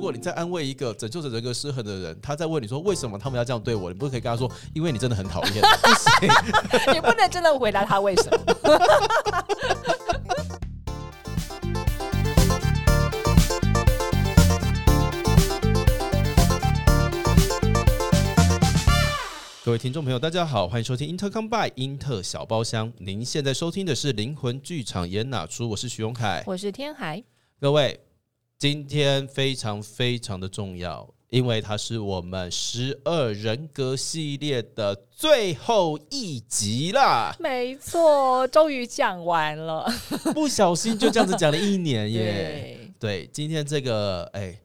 果你在安慰一个拯救者人格失衡的人，他在问你说为什么他们要这样对我，你不可以跟他说，因为你真的很讨 厌。 不行你不能真的回答他为什么。各位听众朋友，大家好，欢迎收听 Intercom by 英特小包厢。您现在收听的是灵魂剧场演哪出？我是徐永凯。我是天海，。各位，今天非常非常的重要，因为它是我们十二人格系列的最后一集啦 没错，终于讲完了。不小心就这样子讲了一年耶。对，对，今天这个哎，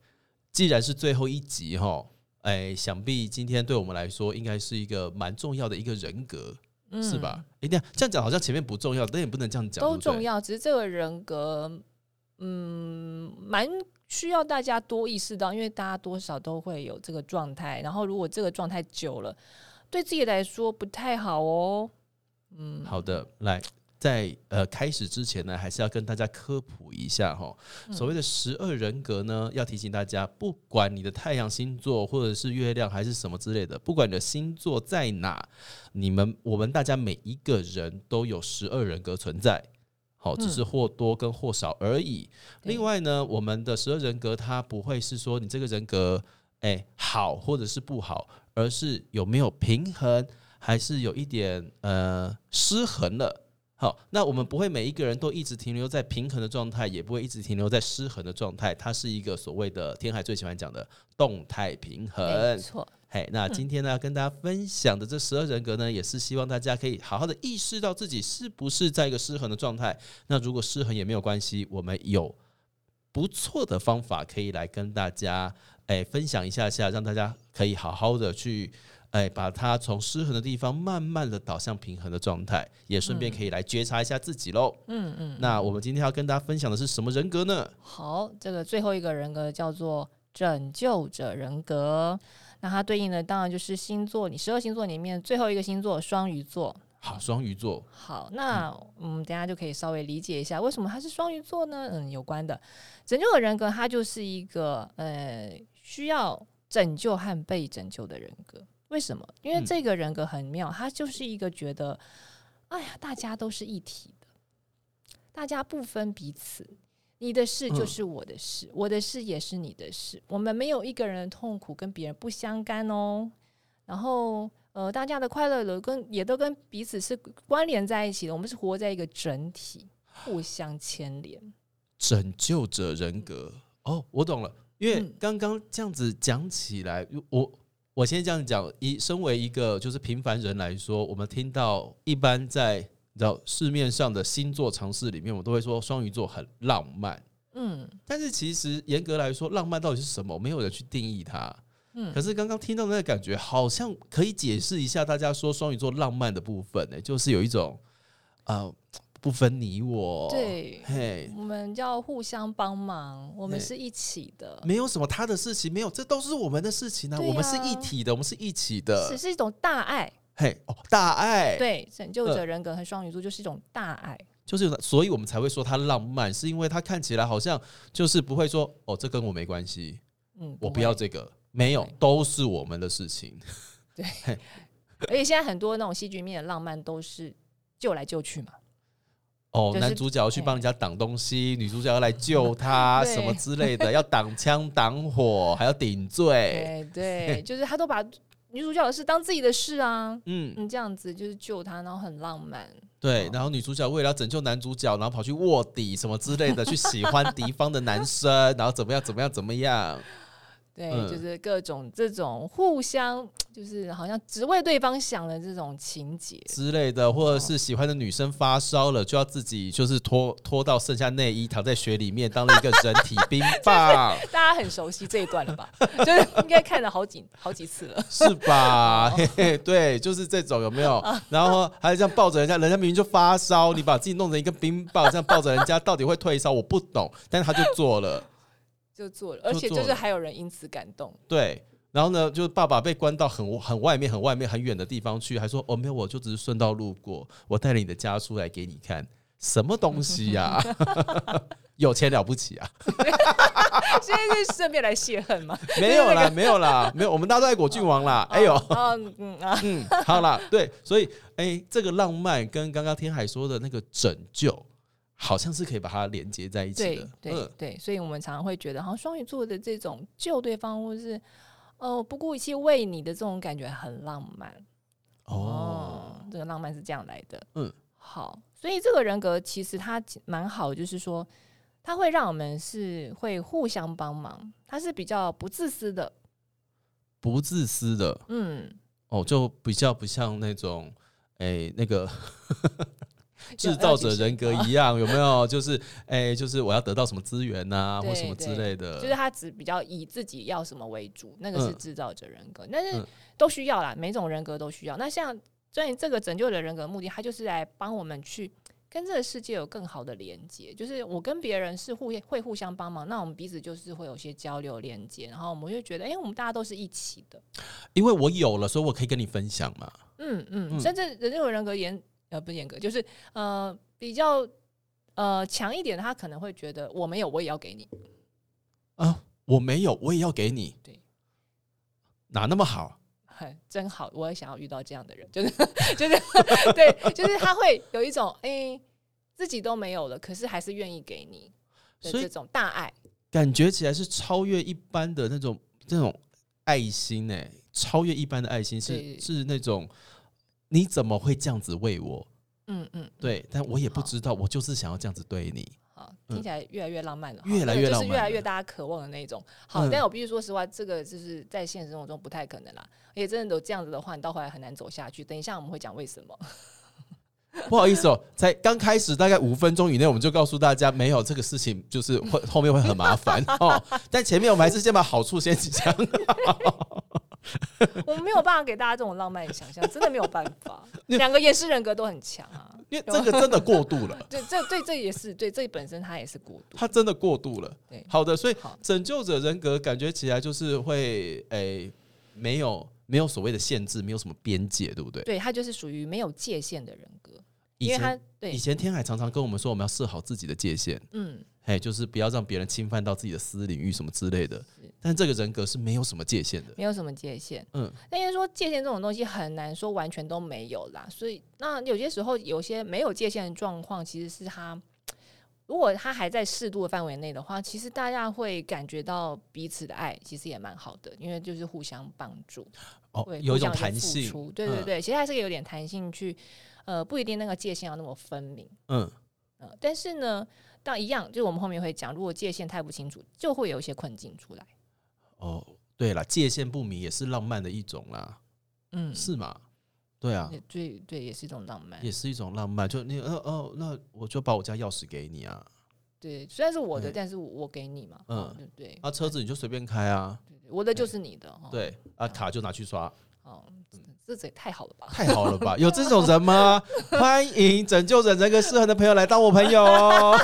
既然是最后一集哈，哎，想必今天对我们来说应该是一个蛮重要的一个人格，嗯是吧？？哎，这样这样讲好像前面不重要，但也不能这样讲，都对不对重。要，只是这个人格，嗯，蛮需要大家多意识到，因为大家多少都会有这个状态。然后，如果这个状态久了，对自己来说不太好哦。嗯，好的，来，在呃开始之前呢，还是要跟大家科普一下哈。嗯所谓的十二人格呢，要提醒大家，不管你的太阳星座或者是月亮还是什么之类的，不管你的星座在哪，你们我们大家每一个人都有十二人格存在。好，只是或多跟或少而已。嗯对另外呢，我们的十二人格它不会是说你这个人格哎、好或者是不好，而是有没有平衡，还是有一点呃失衡了。好，那我们不会每一个人都一直停留在平衡的状态，也不会一直停留在失衡的状态。它是一个所谓的天海最喜欢讲的动态平没衡。错，嘿，那今天呢，要跟大家分享的这十二人格呢，也是希望大家可以好好的意识到自己是不是在一个失衡的状态。那如果失衡也没有关系，我们有不错的方法可以来跟大家哎、分享一下下，让大家可以好好的去。哎，把它从失衡的地方慢慢的导向平衡的状态，也顺便可以来觉察一下自己喽。嗯嗯。那我们今天要跟大家分享的是什么人格呢？好，这个最后一个人格叫做拯救者人格，那它对应的当然就是星座，你十二星座里面最后一个星座双鱼座。好，双鱼座，好，那嗯，等一下就可以稍微理解一下为什么它是双鱼座呢？嗯，有关的拯救者人格，它就是一个呃需要拯救和被拯救的人格。为什么？因为嗯这个人格很妙，他就是一个觉得，哎呀，大家都是一体的，大家不分彼此，你的事就嗯是我的事，我的事也是你的事，我们没有一个人的痛苦跟别人不相干哦。然后，呃，大家的快乐都跟也都跟彼此是关联在一起的，我们是活在一个整体，互相牵连。拯救者人格。哦，我懂了，因为嗯刚刚这样子讲起来，我我先这样讲，以身为一个就是平凡人来说，我们听到一般在你知道市面上的星座常识里面，我都会说双鱼座很浪漫，嗯但是其实严格来说，浪漫到底是什么，没有人去定义它。嗯可是刚刚听到那个感觉，好像可以解释一下大家说双鱼座浪漫的部分呢、就是有一种呃不分你我，对嘿，我们要互相帮忙，我们对是一起的，没有什么他的事情，没有，这都是我们的事情啊，对我们是呀一体的，我们是一起只的。是一种大爱。嘿，哦，大爱，，对，拯救者呃人格和双鱼座就是一种大爱。就是有所以我们才会说他浪漫，是因为他看起来好像就是不会说哦，这跟我没关系，嗯，我不会要。这个，没有对，都是我们的事情。而且现在很多那种戏剧里面的浪漫都是救来救去嘛。哦就，是男主角要去帮人家挡东西，女主角要来救他， 对什么之类的，要挡枪挡火，还要顶罪。对对，就是他都把女主角的事当自己的事啊。嗯，嗯，这样子就是救她，然后很浪漫。对哦，然后女主角为了要拯救男主角，然后跑去卧底什么之类的，去喜欢敌方的男生，然后怎么样怎么样怎么样。对，嗯就是各种这种互相，就是好像只为对方想的这种情节。之类的，或者是喜欢的女生发烧了，就要自己就是脱脱到剩下内衣，躺在雪里面当了一个人体冰棒，大家很熟悉这一段了吧？ 就是应该看了好几好几次了。是吧？嘿嘿，对，就是这种有没有？然后还这样抱着人家，人家明明就发烧，你把自己弄成一个冰棒，这样抱着人家到底会退烧？我不懂，但是他就做了，就做了，而且就就做是了还有人因此感动，对。然后呢，就是爸爸被关到很很外面、很外面、很远的地方去，还说哦没有，我就只是顺道路过，我带了你的家书来给你看，什么东西呀、 有钱了不起啊？现在是顺便来泄恨嘛？没有 啦，没有啦，没有，我们大家都爱果郡王啦。哎呦，哦，嗯嗯啊，嗯，好啦，对，所以哎、这个浪漫跟刚刚天海说的那个拯救，好像是可以把它连接 在一起对的。对嗯，对，所以我们常常会觉得，好像双鱼座的这种救对方，或是哦不顾一切为你的这种感觉很浪漫。哦，嗯，这个浪漫是这样来的。嗯，好，所以这个人格其实他蛮好，就是说他会让我们是会互相帮忙，他是比较不自私的。不自私的嗯，哦，就比较不像那种哎、那个 制要哦造者举谁人格一样，有没有？就是哎、就是我要得到什么资源呐、或对什么之对类的。就是他只比较以自己要什么为主，那个是嗯制造者人格，但是嗯都需要啦，每种人格都需要。那像所以这个拯救的人格目的，它就是来帮我们去跟这个世界有更好的连接。就是我跟别人是互会互相帮忙，那我们彼此就是会有些交流连接，然后我们就觉得，哎、我们大家都是一起的。因为我有了，所以我可以跟你分享嘛。嗯嗯，嗯甚至拯救人格严呃不是严格，就是呃比较呃强一点的，他可能会觉得我没有，我也要给你。啊，我没有，我也要给你。对，哪那么好？很 真好，我也想要遇到这样的人， 就是就是对，就是他会有一种哎、自己都没有了，可是还是愿意给你的所以这种大爱。感觉起来是超越一般的那种这种爱心呢、超越一般的爱心是对是那种你怎么会这样子为我？嗯嗯，对，但我也不好知道，我就是想要这样子对你。好，听起来越来越浪漫了，嗯越来好越就浪是越来漫越了大家渴望的那一种。好，嗯但我必须说实话，这个就是在现实生活中不太可能啦。而且真的有这样子的话，你到后来很难走下去。等一下我们会讲为什么。 不好意思哦、才刚开始大概五分钟以内，我们就告诉大家没有这个事情，就是会后面会很麻 烦哦。但前面我们还是先把好处先讲。我们没有办法给大家这种浪漫的 想象，真的没有办法。两个厌世人格都很强啊，因为这个真的过度了，对，这对这也是对，这本身它也是孤独。它真的过度了对。好的，所以好，拯救者人格感觉起来就是会诶、没有没有所谓的限制，没有什么边界，对不对？对他就是属于没有界限的人格，以因为他前对以，前天海常常跟我们说，我们要设好自己的界限，嗯，哎，就是不要让别人侵犯到自己的私领域什么之类的。但这个人格是没有什么界限的，没有什么界限。嗯，那因为说界限这种东西很难说完全都没有啦，所以那有些时候有些没有界限的状况，其实是他如果他还在适度的范围内的话，其实大家会感觉到彼此的爱，其实也蛮好的，因为就是互相帮助。哦对，，有互一种相弹付性出，对对嗯对，其实还是有点弹性去，呃，不一定那个界限要那么分明，嗯，呃，但是呢，当一样，就是我们后面会讲，如果界限太不清楚，就会有一些困境出来。哦，对了，界限不明也是浪漫的一种啦，嗯，是吗？对啊也，对对，也是一种浪漫也。是一种浪漫。就你哦哦，那我就把我家钥匙给你啊，对，虽然是我的，对但是我我给你嘛，嗯嗯，对不对？啊，车子你就随便开啊，对对我的就是你的，哦，对，嗯啊，卡就拿去刷。 哦，这这也太好了吧？ 太好了吧？有这种人吗？欢迎拯救人人格失衡的朋友来当我朋友 哦，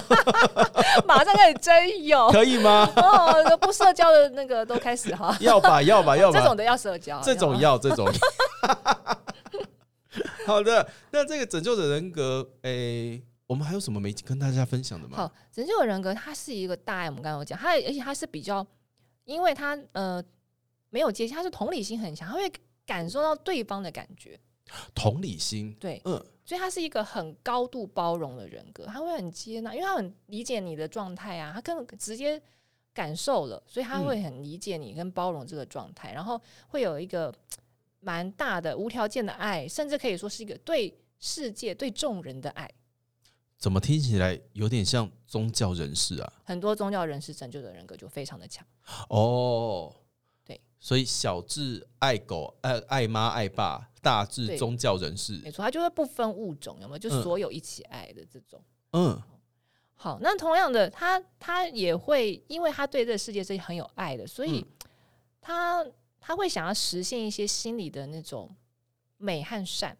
马上开始真有可以吗？哦，不社交的那个都开始哈，要吧，要吧，要哦这种吧，的要社 交，这种要要，这种 要。好的，那这个拯救者人格，诶、我们还有什么没跟大家分享的吗？好，拯救人格它是一个大爱，我们刚刚有讲，它而且它是比较，因为它呃没有界限，它是同理心很强，它会感受到对方的感觉，同理心，对，嗯，所以它是一个很高度包容的人格，他会很接纳，因为他很理解你的状态啊，他更直接感受了，所以他会很理解你跟包容这个状态，然后会有一个蛮大的无条件的爱，甚至可以说是一个对世界、对众人的爱。怎么听起来有点像宗教人士啊？很多宗教人士拯救的人格就非常的强。哦，对，所以小至爱狗，爱爱妈爱爸，大至对宗教人士没，错，他就会不分物种，有没有？就嗯所有一起爱的这种。嗯，好，那同样的，他他也会，因为他对这个世界是很有爱的，所以嗯他、他会想要实现一些心里的那种美和善，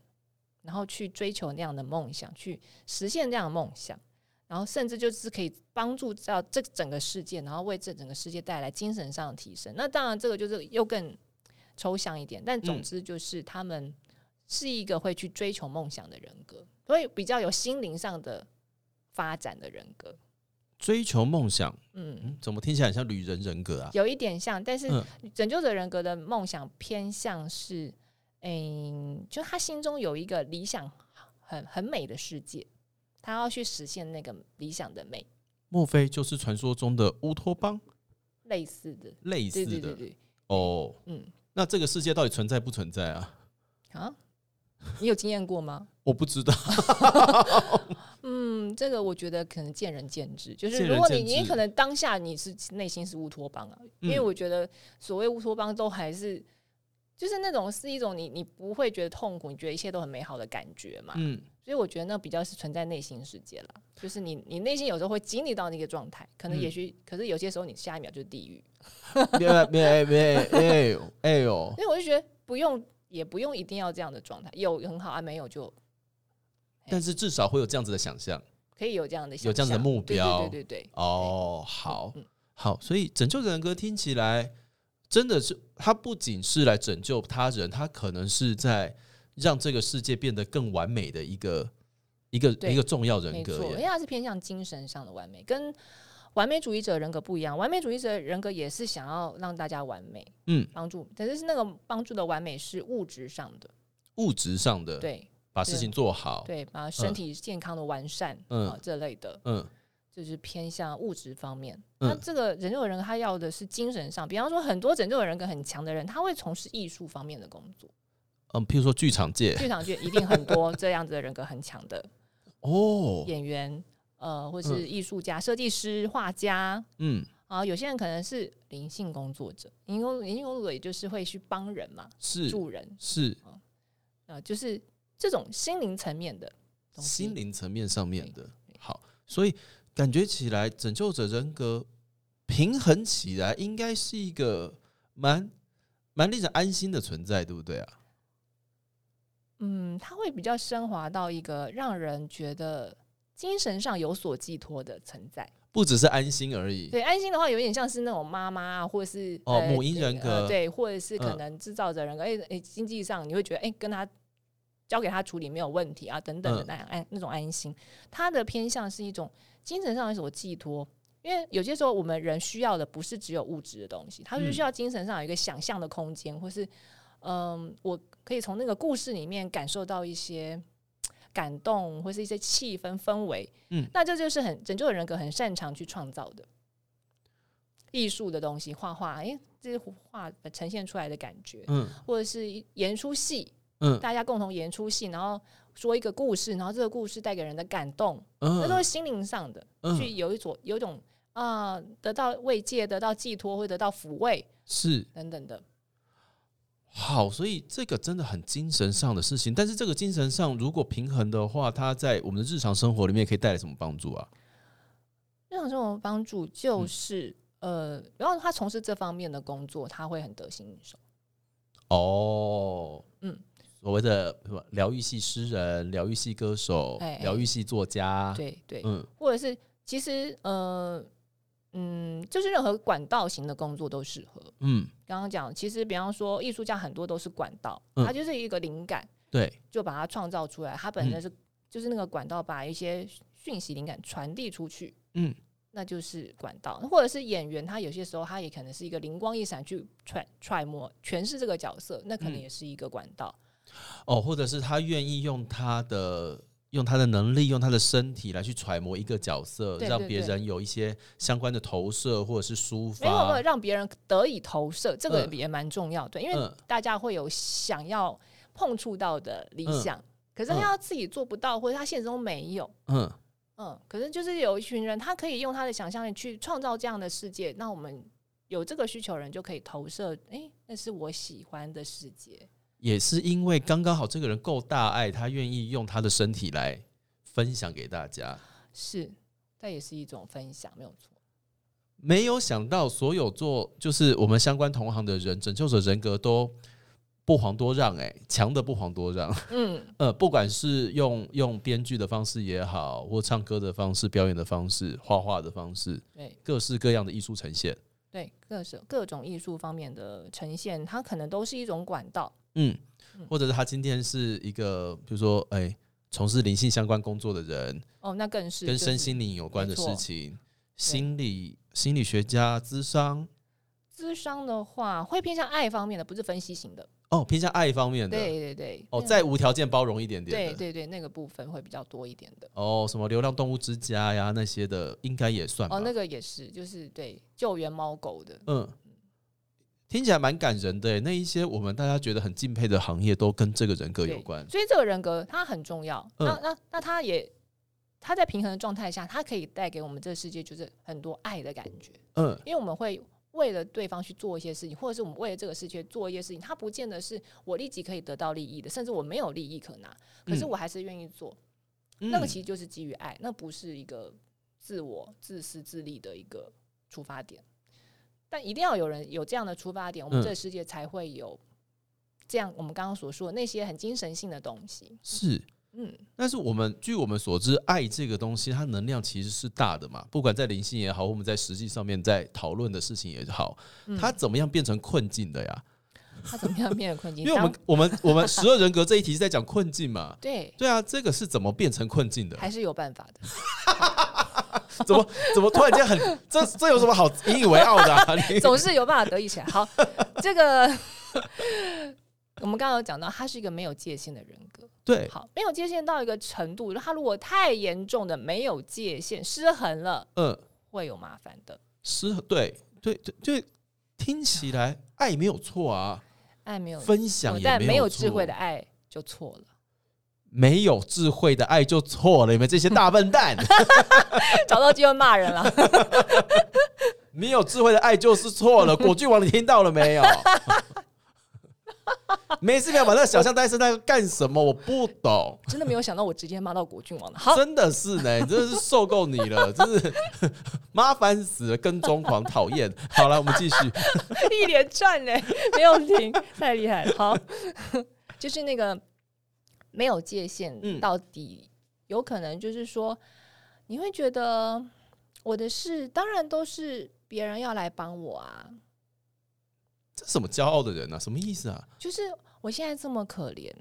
然后去追求那样的梦想，去实现这样的梦想，然后甚至就是可以帮助到这整个世界，然后为这整个世界带来精神上的提升。那当然，这个就是又更抽象一点，但总嗯之就是他们是一个会去追求梦想的人格，所以比较有心灵上的发展的人格。追求梦想，嗯，嗯，怎么听起来很像旅人人格啊？有一点像，但是嗯拯救者人格的梦想偏向是，嗯，就他心中有一个理想很很美的世界，他要去实现那个理想的美，莫非就是传说中的乌托邦类似的，类似对的对对对，哦？嗯，那这个世界到底存在不存在啊？啊，你有经验过吗？ 我不知道。嗯，这个我觉得可能见仁见智，就见是仁如果你见你智可能当下你是内心是乌托邦啊，因为嗯我觉得所谓乌托邦都还是就是那种是一种你你不会觉得痛苦，你觉得一切都很美好的感觉嘛，嗯，所以我觉得那比较是存在内心世界啦，就是你你内心有时候会经历到那个状态，可能嗯也许、可是有些时候你下一秒就是地狱，别别别哎呦哎 呦所以我就觉得不用也不用一定要这样的状态，有很好啊，没有就但是至少会有这样子的想象可以有这样的有这样子的想象目标对对对对对，哦。好嗯好，所以拯救人格听起来真的是，他不仅是来拯救他人，他可能是在让这个世界变得更完美的一个一个对一个重要人没格错，因为耶。它是偏向精神上的完美，跟完美主义者人格不一样。完美主义者人格也是想要让大家完美，嗯，帮助，但是那个帮助的完美是物质上的，物质上的，对把事情做好，对，把身体健康的完善，哦嗯啊这类的，嗯就是偏向物质方面。嗯那这个拯救人格他要的是精神上，比方说很多拯救人格很强的人，他会从事艺术方面的工作，嗯，譬如说剧场界剧场界一定很多这样子的人格很强 的哦，演员，呃，或嗯是艺术家、设计师、画家。嗯，啊，有些人可能是灵性工作者，灵工灵性工作者也就是会去帮人嘛，是助人是啊，就是这种心灵层面的东西。心灵层面上面的对。好，所以感觉起来，拯救者人格平衡起来，应该是一个蛮蛮令人安心的存在，对不对啊？嗯，它会比较升华到一个让人觉得精神上有所寄托的存在。不只是安心而已。对，安心的话有点像是那种妈妈啊，或者是哦呃母婴人呃格对，或者是可嗯能制造者人格，哎、哎，经济上你会觉得哎、跟他交给他处理没有问题啊，等等的嗯那样安、那种安心，他的偏向是一种精神上有所寄托。因为有些时候我们人需要的不是只有物质的东西，他就嗯需要精神上有一个想象的空间，或是嗯，我可以从那个故事里面感受到一些感动，或是一些气氛氛围。嗯那这就是很拯救人格很擅长去创造的艺术的东西，画画，哎、这些画呃呈现出来的感觉，嗯或者是一演出戏，嗯大家共同演出戏，然后说一个故事，然后这个故事带给人的感动，那都是嗯心灵上的，去嗯，有一种有一种啊、得到慰藉，得到寄托，会得到抚慰是等等的。好，所以这个真的很精神上的事情。但是这个精神上如果平衡的话，它在我们的日常生活里面可以带来什么帮助啊？日常生活帮助嗯就是、呃，然后他从事这方面的工作，他会很得心应手。哦，嗯，所谓的什么疗愈系诗人、疗愈系歌手哎哎、疗愈系作家，对对，嗯，或者是其实呃嗯，就是任何管道型的工作都适合。嗯，刚刚讲，其实比方说艺术家很多都是管道，嗯它就是一个灵感，对，就把它创造出来。它嗯本身是、就是那个管道把一些讯息灵感传递出去，嗯，那就是管道。或者是演员，他有些时候他也可能是一个灵光一闪去揣揣摩诠释这个角色，那可能嗯也是一个管道。哦，或者是他愿意用他的用他的能力，用他的身体来去揣摩一个角色，对让对别对人有一些相关的投射或者是抒没有没有发。让别人得以投射，这个嗯也蛮重要的，因为嗯大家会有想要碰触到的理嗯想，可是他嗯要自己做不到，或者他现实中没有。嗯，嗯，可是就是有一群人，他可以用他的想象力去创造这样的世界。那我们有这个需求的人就可以投射，诶，那是我喜欢的世界。也是因为刚刚好这个人够大爱，他愿意用他的身体来分享给大家。是，这也是一种分享，没有错。没有想到，所有做就是我们相关同行的人，拯救者人格都不遑多让、哎，强的不遑多让。嗯，呃，不管是用用编剧的方式也好，或唱歌的方式、表演的方式、画画的方式，对各式各样的艺术呈现。对，各种各种艺术方面的呈现，它可能都是一种管道。嗯嗯，或者是他今天是一个，比如说，哎、从事灵性相关工作的人，哦，那更是跟就身是心灵有关的没错事情，心理心理学家、咨商智商的话，会偏向爱方面的，不是分析型的。哦，偏向爱方面的对对对，哦，那再无条件包容一点点对的。对对，那个部分会比较多一点的。哦，什么流浪动物之家呀那些的，应该也算吧。哦，那个也是，就是对救援猫狗的，嗯，听起来蛮感人的耶。欸那一些我们大家觉得很敬佩的行业，都跟这个人格有对关。所以这个人格他很重要。嗯那那那他也他在平衡的状态下，他可以带给我们这个世界就是很多爱的感觉，嗯，因为我们会。为了对方去做一些事情，或者是我们为了这个世界做一些事情，他不见得是我立即可以得到利益的，甚至我没有利益可拿，可是嗯我还是愿意做。那个嗯其实就是基于爱，那不是一个自我、自私、自利的一个出发点。但一定要有人有这样的出发点，我们嗯这个世界才会有这样我们刚刚所说的那些很精神性的东西。是。嗯，但是我们据我们所知，爱这个东西，它能量其实是大的嘛。不管在灵性也好，我们在实际上面在讨论的事情也好，嗯它怎么样变成困境的呀？他怎么样变 得困境？因为我们当我们我们十二人格这一题是在讲困境嘛。对对啊，这个是怎么变成困境的？还是有办法的， 怎么怎么突然间很这这有什么好引以为傲的、啊？你 总是有办法得以起来。好，这个我们刚刚有讲到，他是一个没有界限的人格。对，好，没有界限到一个程度，他如果太严重的没有界限失衡了，嗯、会有麻烦的。是，对对对对，听起来爱没有错啊，爱没有分享错也但没有有智慧错的爱就错了。没有智慧的爱就错了，你们这些大笨 蛋，找到机会 骂人了，没有智慧的爱就是错 了。果郡王，你听到了没有？每次不要把那个小象单身在干什么？我不懂，真的没有想到我直接骂到国郡王了。好，真的是呢，真的是受够你 了，真是 麻烦死了，跟踪狂，讨厌。好了，我们继续。一连串嘞，没有停，太厉害了。好， 就是那个没有界限嗯到底，有可能就是说，你会觉得我的事当然都是别人要来帮我啊，这什么骄傲的人啊？什么意思啊？就是我现在这么可怜，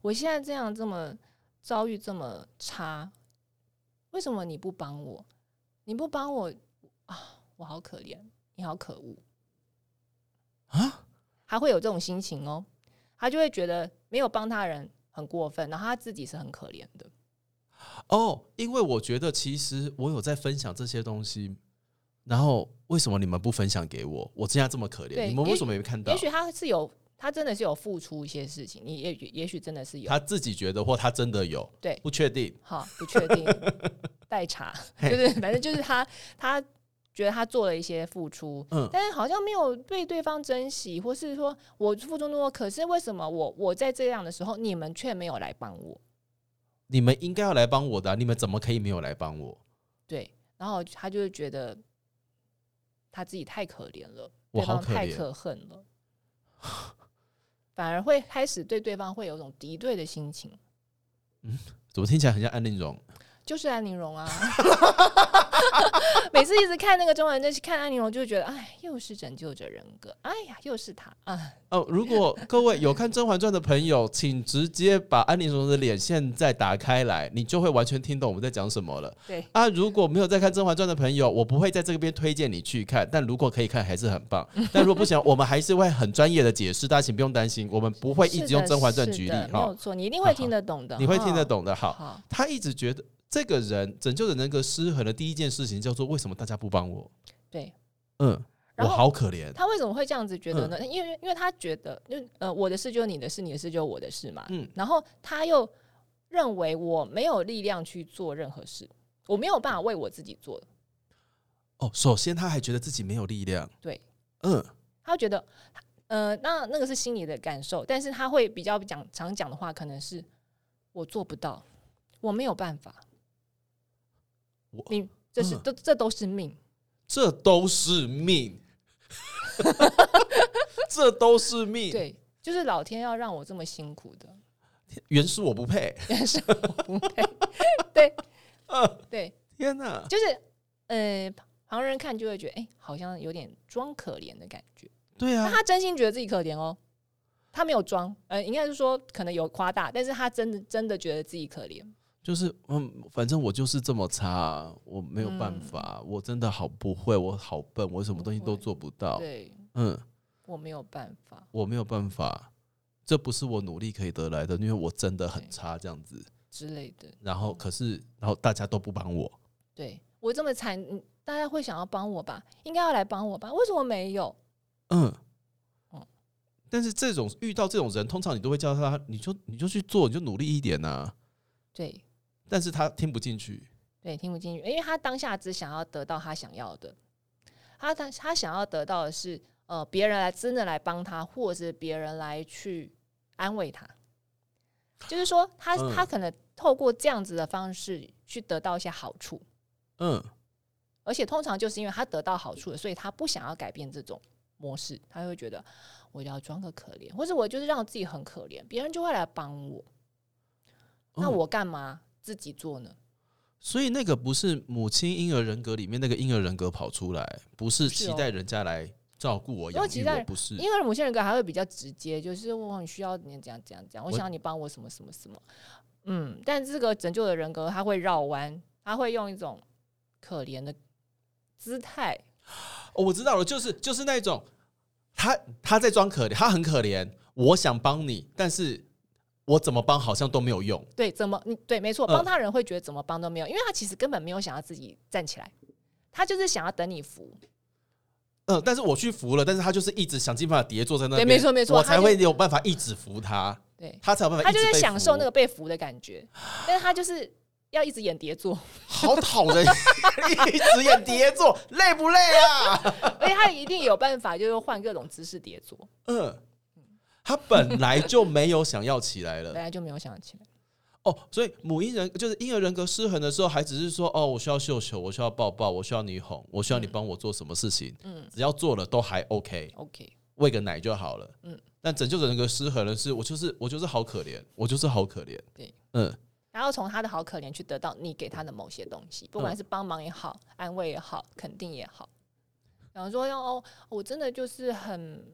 我现在这样这么遭遇这么差，为什么你不帮我？你不帮我啊，我好可怜，你好可恶啊！他会有这种心情哦，他就会觉得没有帮他人很过分，然后他自己是很可怜的。哦，因为我觉得其实我有在分享这些东西，然后为什么你们不分享给我？我现在这么可怜，对你们也为什么没看到也？许他是有，他真的是有付出一些事情，你也许也许真的是有他自己觉得或他真的有，对不确定。好，不确 定，待查，嘿就是反正就是他他觉得他做了一些付出，嗯但是好像没有被对方珍惜，或是说我付出那么多，可是为什么我我在这样的时候，你们却没有来帮我？你们应该要来帮我的啊、你们怎么可以没有来帮我？对，然后他就会觉得他自己太可怜了，我对好方可太怜可恨了，反而会开始对对方会有一种敌对的心情。怎么听起来很像安陵容？就是安陵容啊。 每次一直看那个中文，就是看安陵容，就会觉得，哎，又是拯救者人格，哎呀，又是他啊！哦，如果各位有看《甄嬛传》的朋友，请直接把安陵容的脸现在打开来，你就会完全听懂我们在讲什么了。对，啊，如果没有在看《甄嬛传》的朋友，我不会在这边推荐你去看，但如果可以看，还是很棒。但如果不行，我们还是会很专业的解释，大家请不用担心，我们不会一直用《甄嬛传》是的举例是的没有哈，错，你一定会听得懂的，你会听得哈。懂的。好，好，他一直觉得这个人拯救的人格失衡的第一件事情叫做为什么大家不帮我？对嗯，我然后好可怜。他为什么会这样子觉得呢？嗯因为因为他觉得，就呃，我的事就是你的事，你的事就是我的事嘛。嗯然后他又认为我没有力量去做任何事，我没有办法为我自己做，哦，首先他还觉得自己没有力量。对，嗯，他会觉得，呃，那那个是心里的感受，但是他会比较讲常讲的话，可能是我做不到，我没有办法，我你这是、嗯这这都是命，这都是 命，这都是命。对，就是老天要让我这么辛苦的， 原是我不配。但是我不配， 对嗯，对，天哪！就是呃，旁人看就会觉得，哎、好像有点装可怜的感觉，对啊但，他真心觉得自己可怜哦。他没有装，呃，应该是说可能有夸大，但是他真的真的觉得自己可怜。就是嗯，反正我就是这么差，啊我没有办法，我真的好不会，我好笨，我什么东西嗯不都会做不到。对嗯，我没有办法，我没有办法，这不是我努力可以得来的，因为我真的很对嗯差这样子。之类的。然后可是，然后大家都不帮我，对我这么惨，嗯大家会想要帮我吧？应该要来帮我吧？为什么没有？嗯哦。但是这种遇到这种人，通常你都会叫他，你就你就去做，你就努力一点呐、对但是他听不进去，对，听不进去，因为他当下只想要得到他想要的，他他他想要得到的是呃别人来真的来帮他，或者是别人来去安慰他，就是说他、嗯他可能透过这样子的方式去得到一些好处，嗯，而且通常就是因为他得到好处了，所以他不想要改变这种模式，他会觉得我要装个可怜，或者我就是让自己很可怜，别人就会来帮我，那嗯我干嘛自己做呢？所以那个不是母亲婴儿人格里面那个婴儿人格跑出来，不是是期哦待人家来照顾我、养期育待我，不是。因为某些人格还会比较直接，就是我很需要你这样这样这样，我我想要你帮我什么什么什么，嗯，但这个拯救的人格他会绕弯，他会用一种可怜的姿态，哦，我知道了，就是就是那种他他在装可怜，他很可怜，我想帮你，但是我怎么帮好像都没有用。对，怎么，嗯，对，没错，嗯帮他人会觉得怎么帮都没有，因为他其实根本没有想要自己站起来，他就是想要等你扶，嗯，但是我去扶了，但是他就是一直想尽办法叠坐在那对边，没错没错我他才就会有办法一直扶他，对，他才有办法他一直就被扶。是享受那个被扶的感觉，但是他就是要一直演叠坐，好讨人厌， 一直演叠坐，累不累啊？ 而且他一定有办法，就是换各种姿势叠坐，嗯，他本来就没有想要起来了本，来就没有想起来，哦，所以母婴人就是婴儿人格失衡的时候，还只是说哦，我需要绣球，我需要抱抱，我需要你哄，我需要你帮我做什么事情，嗯只要做了都还 OK， ，OK，喂个奶就好了。嗯嗯，但拯救者人格失衡的是，我就是我就是好可怜，我就是好可怜。对，嗯，然后从他的好可怜去得到你给他的某些东西，不管嗯是帮忙也好，安慰也好，肯定也好。然后说要哦，我真的就是很，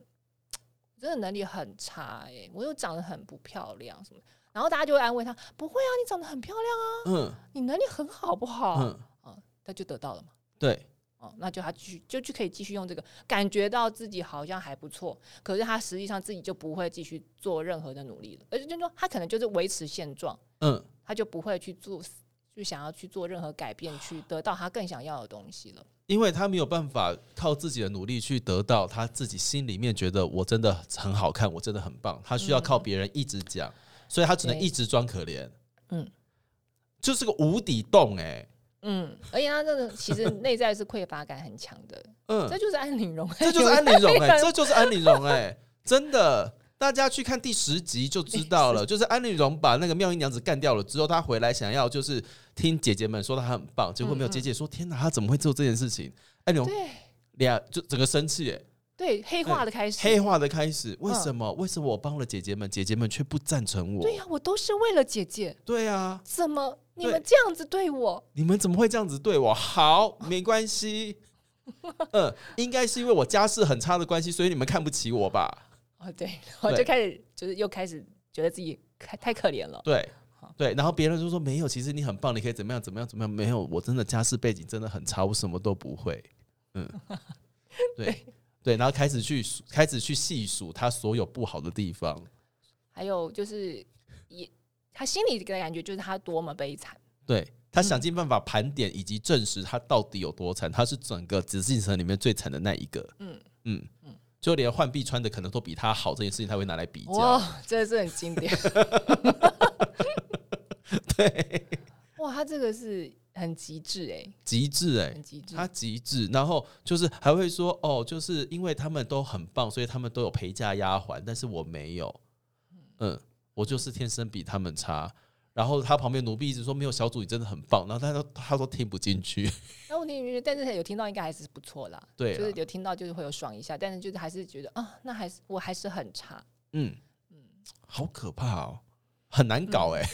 真的能力很差哎、我又长得很不漂亮什么，然后大家就会安慰他，不会啊，你长得很漂亮，嗯你能力很好好不好？嗯，他就得到了嘛。对，哦，那就他继续就去可以继续用这个，感觉到自己好像还不错，可是他实际上自己就不会继续做任何的努力了，而且就是说他可能就是维持现状，嗯，他就不会去做，就想要去做任何改变，去得到他更想要的东西了。因为他没有办法靠自己的努力去得到他自己心里面觉得我真的很好看，我真的很棒，他需要靠别人一直讲，所以他只能嗯对一直装可怜。嗯嗯，就是个无底洞哎、嗯，而且他这个其实内在是匮乏感很强的，嗯，这就是安陵容，这就是安陵容哎、哎这就是安陵容哎、真的，大家去看第十集就知道了。就是安陵容把那个妙音娘子干掉了之后，她回来想要就是听姐姐们说她很棒，结果没有。嗯嗯姐姐说：“天哪，她怎么会做这件事情？”安陵容对啊俩就整个生气、哎，对，黑化的开始，嗯黑化的开始。为什么？为什么我帮了姐姐们，姐姐们却不赞成我？嗯对呀、我都是为了姐姐，对啊，怎么你对们这样子对我？你们怎么会这样子对我？好，没关 系。嗯，应该是因为我家世很差的关系，所以你们看不起我吧？哦，对，我就开始就是又开始觉得自己太太可怜了。对好对，然后别人就说没有，其实你很棒，你可以怎么样怎么样怎么样，没有，我真的家世背景真的很差，我什么都不会， 嗯，对对，然后开始去数开始去细数他所有不好的地方，还有就是也他心里的感觉就是他多么悲惨，对他想尽办法盘点以及证实他到底有多惨，他是整个紫禁城里面最惨的那一个，嗯嗯嗯就连浣碧穿的可能都比他好这件事情，他会拿来比较，哇，真的是很经典。 对， 哇，他这个是很极致哎、极致哎、很极致。他极致，然后就是还会说哦，就是因为他们都很棒，所以他们都有陪嫁丫鬟，但是我没有，嗯，我就是天生比他们差。然后他旁边奴婢一直说没有小主你真的很棒，然后他都他都听不进 去，那我听，但是有听到应该还是不错啦，对啊就是啦，有听到就是会有爽一下，但是就是还是觉得啊，那还是我还是很差。嗯，好可怕哦，很难搞嗯哎、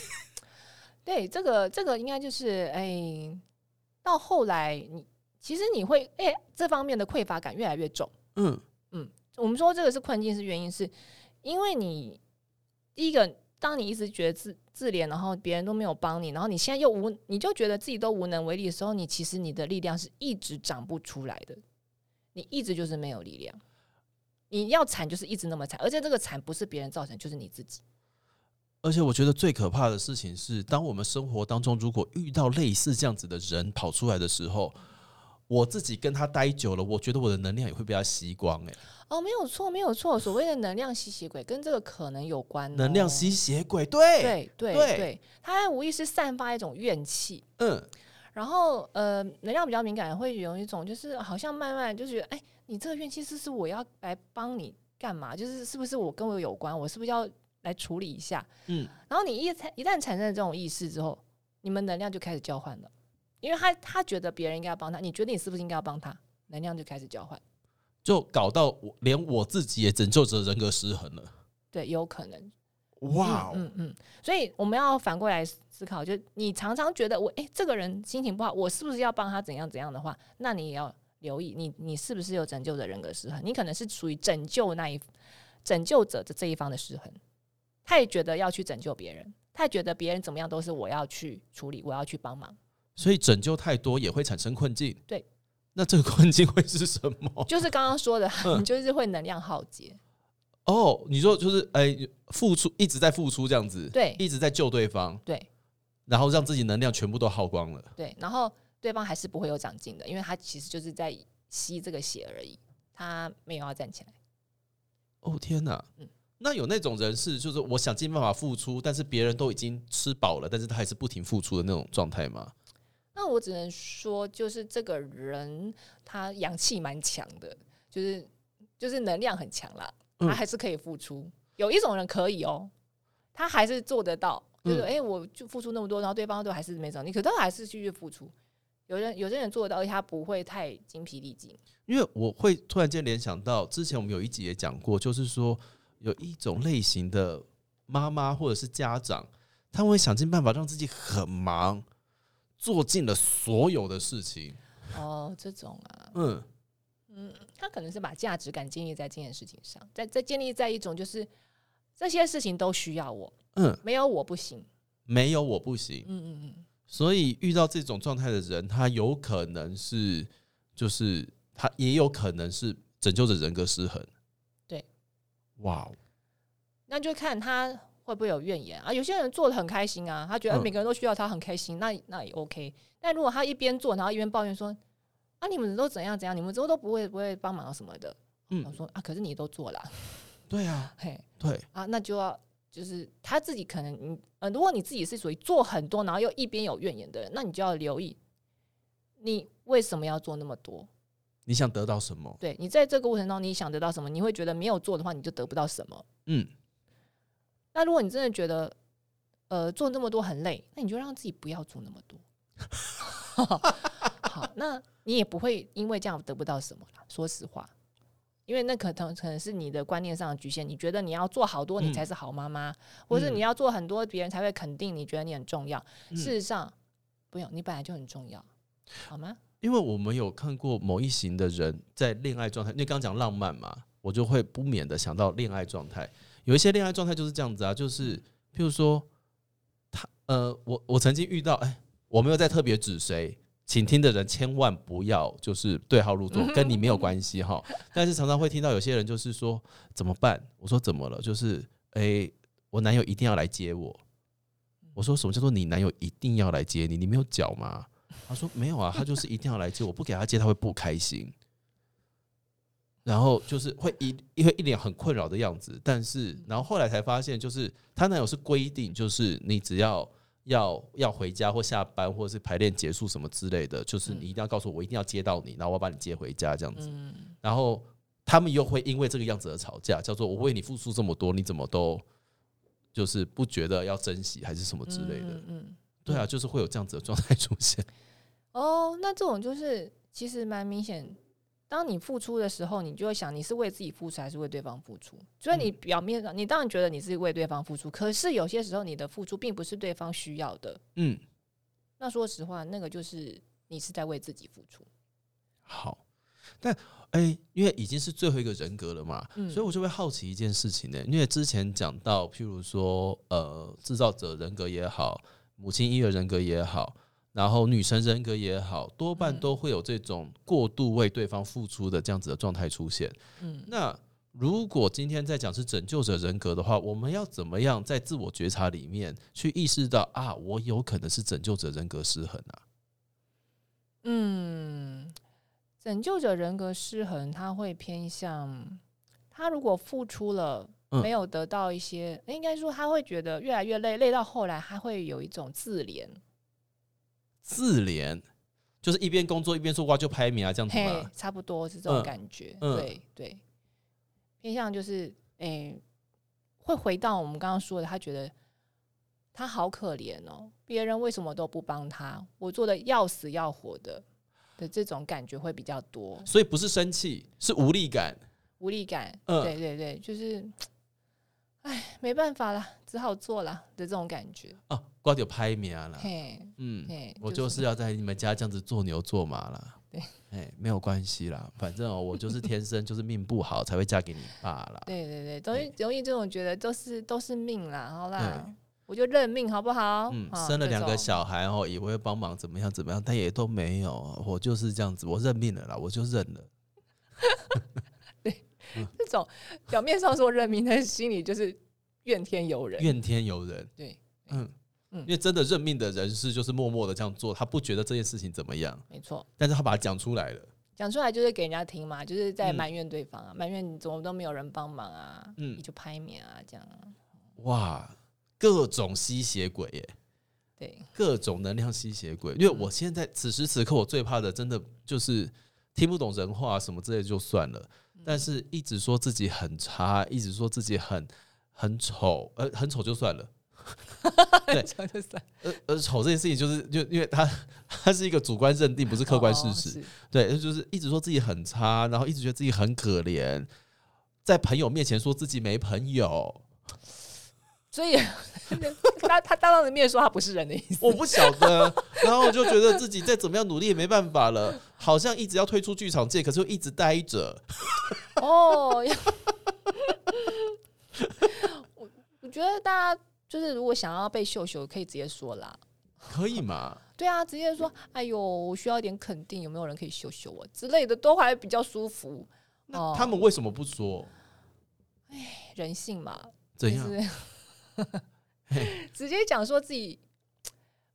对，这个这个应该就是哎、到后来你其实你会哎、这方面的匮乏感越来越重。嗯我们说这个是困境是原因是因为你第一个，当你一直觉得自自怜，然后别人都没有帮你，然后你现在又无，你就觉得自己都无能为力的时候，你其实你的力量是一直长不出来的，你一直就是没有力量。你要惨就是一直那么惨，而且这个惨不是别人造成，就是你自己。而且我觉得最可怕的事情是，当我们生活当中如果遇到类似这样子的人跑出来的时候，我自己跟他待久了，我觉得我的能量也会被他吸光、欸。哎，哦，没有错，没有错。所谓的能量吸血鬼跟这个可能有关、哦。能量吸血鬼，对，对对对对，他无意识散发一种怨气，嗯，然后呃，能量比较敏感，会有一种就是好像慢慢就觉得，哎，你这个怨气是不是我要来帮你干嘛？就是是不是我跟我有关？我是不是要来处理一下？嗯，然后你一产一旦产生了这种意识之后，你们能量就开始交换了，因为他他觉得别人应该要帮他，你觉得你是不是应该要帮他？能量就开始交换。就搞到我连我自己也拯救者人格失衡了。对，有可能。哇、哦嗯嗯，所以我们要反过来思考，就是你常常觉得我诶，这个人心情不好，我是不是要帮他怎样怎样的话，那你也要留意，你你是不是有拯救者人格失衡？你可能是属于拯救那一拯救者的这一方的失衡，他也觉得要去拯救别人，他也觉得别人怎么样都是我要去处理，我要去帮忙。所以拯救太多也会产生困境。对，那这个困境会是什么？就是刚刚说的， 嗯你就是会能量耗竭。哦，你说就是哎、付出一直在付出这样子，对一直在救对方，对然后让自己能量全部都耗光了。对，然后对方还是不会有长进的，因为他其实就是在吸这个血而已，他没有要站起来。哦天哪嗯！那有那种人是，就是我想尽办法付出，但是别人都已经吃饱了，但是他还是不停付出的那种状态吗？那我只能说，就是这个人他阳气蛮强的，就是就是能量很强啦，嗯他还是可以付出。有一种人可以哦，他还是做得到，就是嗯哎、诶我就付出那么多，然后对方都还是没长进，可他还是继续付出。有人有些人做得到，而且他不会太精疲力尽。因为我会突然间联想到，之前我们有一集也讲过，就是说有一种类型的妈妈或者是家长，他们会想尽办法让自己很忙，做尽了所有的事情。哦，这种啊，嗯，嗯，他可能是把价值感建立在这件事情上，在在建立在一种就是这些事情都需要我，嗯，没有我不行。没有我不行。嗯嗯嗯。所以遇到这种状态的人，他有可能是，就是他也有可能是拯救者人格失衡。对，哇哦，那就看他会不会有怨言啊。有些人做的很开心啊，他觉得嗯每个人都需要他很开心，那那也 OK。但如果他一边做，然后一边抱怨说：“啊，你们都怎样怎样，你们之后都不会不会帮忙什么的。”我嗯，说：“啊，可是你都做了，对啊，嘿对，啊，那就要就是他自己可能你呃，如果你自己是属于做很多，然后又一边有怨言的人，那你就要留意你为什么要做那么多。你想得到什么？对你在这个过程中，你想得到什么？你会觉得没有做的话，你就得不到什么。嗯，那如果你真的觉得，呃，做那么多很累，那你就让自己不要做那么多。 好，那你也不会因为这样得不到什么啦。说实话，因为那可能可能是你的观念上的局限，你觉得你要做好多，嗯你才是好妈妈，或是你要做很多，别人才会肯定你，觉得你很重要。嗯事实上，不用，你本来就很重要，好吗？因为我们有看过某一型的人在恋爱状态，因为刚刚讲浪漫嘛，我就会不免的想到恋爱状态。有一些恋爱状态就是这样子啊，就是譬如说，他呃，我我曾经遇到，哎，我没有在特别指谁，请听的人千万不要就是对号入座，跟你没有关系哈。但是常常会听到有些人就是说怎么办？我说怎么了？就是哎，我男友一定要来接我。我说什么叫做你男友一定要来接你？你没有脚吗？他说没有啊，他就是一定要来接我，不给他接他会不开心。然后就是会一会一脸很困扰的样子，但是然后后来才发现，就是她男友是规定，就是你只要要要回家或下班，或者是排练结束什么之类的，就是你一定要告诉我，我一定要接到你，然后我要把你接回家这样子。嗯，然后他们又会因为这个样子而吵架，叫做我为你付出这么多，你怎么都就是不觉得要珍惜还是什么之类的嗯。嗯。对啊，就是会有这样子的状态出现。哦，那这种就是其实蛮明显。当你付出的时候，你就会想你是为自己付出还是为对方付出。所以嗯你表面上，你当然觉得你是为对方付出，可是有些时候你的付出并不是对方需要的。嗯，那说实话，那个就是你是在为自己付出。好，但哎、因为已经是最后一个人格了嘛，嗯所以我就会好奇一件事情呢、因为之前讲到，譬如说，呃，制造者人格也好，母亲婴儿人格也好，然后女神人格也好，多半嗯都会有这种过度为对方付出的这样子的状态出现。嗯那如果今天在讲是拯救者人格的话，我们要怎么样在自我觉察里面去意识到啊，我有可能是拯救者人格失衡啊？嗯，拯救者人格失衡，他会偏向他如果付出了。嗯没有得到一些，应该说他会觉得越来越累，累到后来他会有一种自怜，自怜就是一边工作一边说哇就拍米啊这样子嘿嘛，，差不多是这嗯种感觉。嗯对对，偏向就是诶、会回到我们刚刚说的，他觉得他好可怜哦，别人为什么都不帮他，我做的要死要活的的这种感觉会比较多，所以不是生气，是无力感。无力感。嗯对对对，就是，哎，没办法啦，只好做啦的这种感觉。啊，瓜就拍名了。嘿，嗯，嘿，我就是要在你们家这样子做牛做马啦。对，哎，没有关系啦，反正哦，我就是天生就是命不好，才会嫁给你爸啦。对对对，容对易容易这种觉得都是都是命啦，好啦，我就认命好不好？嗯，啊生了这两个种小孩哦，也会帮忙怎么样怎么样，但也都没有，啊我就是这样子，我认命了啦，我就认了。这种表面上说认命，但是心里就是怨天尤人。怨天尤人，对，嗯嗯因为真的认命的人是就是默默的这样做，他不觉得这件事情怎么样，没错，但是他把它讲出来了。讲出来就是给人家听嘛，就是在嗯埋怨对方啊，埋怨你怎么都没有人帮忙啊，嗯你就拍面啊，这样啊，哇，各种吸血鬼耶，对，各种能量吸血鬼。因为我现在此时此刻，我最怕的真的就是听不懂人话什么之类就算了，但是一直说自己很差，一直说自己很很丑，呃，很丑就算了。对这样就算呃呃，丑这件事情就是就因为他 他是一个主观认定，不是客观事实。哦哦对，就是一直说自己很差，然后一直觉得自己很可怜，在朋友面前说自己没朋友，所以 他他当着你面说他不是人的意 思，我不晓得。然后我就觉得自己再怎么样努力也没办法了，好像一直要退出剧场界，可是又一直待着。哦，要 我我觉得大家就是如果想要被秀秀，可以直接说啦。可以吗？对啊，直接说，哎呦，我需要一点肯定，有没有人可以秀秀我之类的，都还比较舒服。那哦他们为什么不说？人性嘛，怎就样？ 是直接讲说自己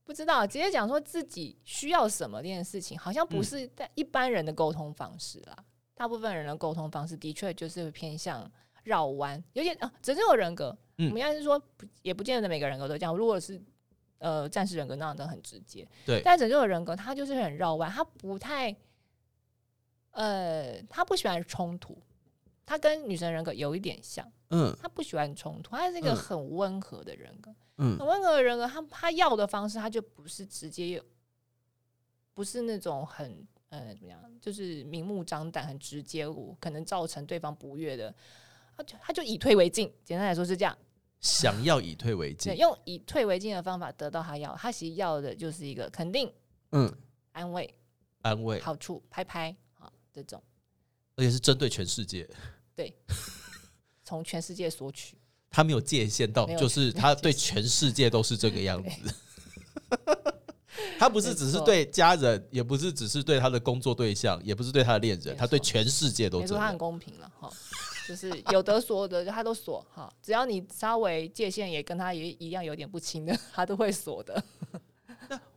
不知道，直接讲说自己需要什么这件事情，好像不嗯是在一般人的沟通方式啦。大部分人的沟通方式的确就是偏向绕弯，有点啊，拯救人格。嗯我们应该是说，不也不见得每个人格都这样。如果是呃战士人格，那样都很直接。对但拯救的人格他就是很绕弯，他不太呃，他不喜欢冲突。他跟女神人格有一点像，嗯他不喜欢冲突，他是一个嗯很温和的人格。嗯很温和的人格，他他要的方式，他就不是直接，不是那种很呃怎么样，就是明目张胆、很直接，我可能造成对方不悦的，他就他就以退为进。简单来说是这样，想要以退为对，进。用以退为进的方法得到他要，他其实要的就是一个肯定、嗯，安慰、安慰，好处、拍拍啊这种，而且是针对全世界，从全世界索取。他没有界限到，没有就是界他对全世界都是这个样子。他不是只是没错对家人，也不是只是对他的工作对象，也不是对他的恋人，没他对错全世界都没这错，他很样。公平了哈， 就是有得锁的他都锁哈，只要你稍微界限也跟他也一样有点不清的， 他都会锁的。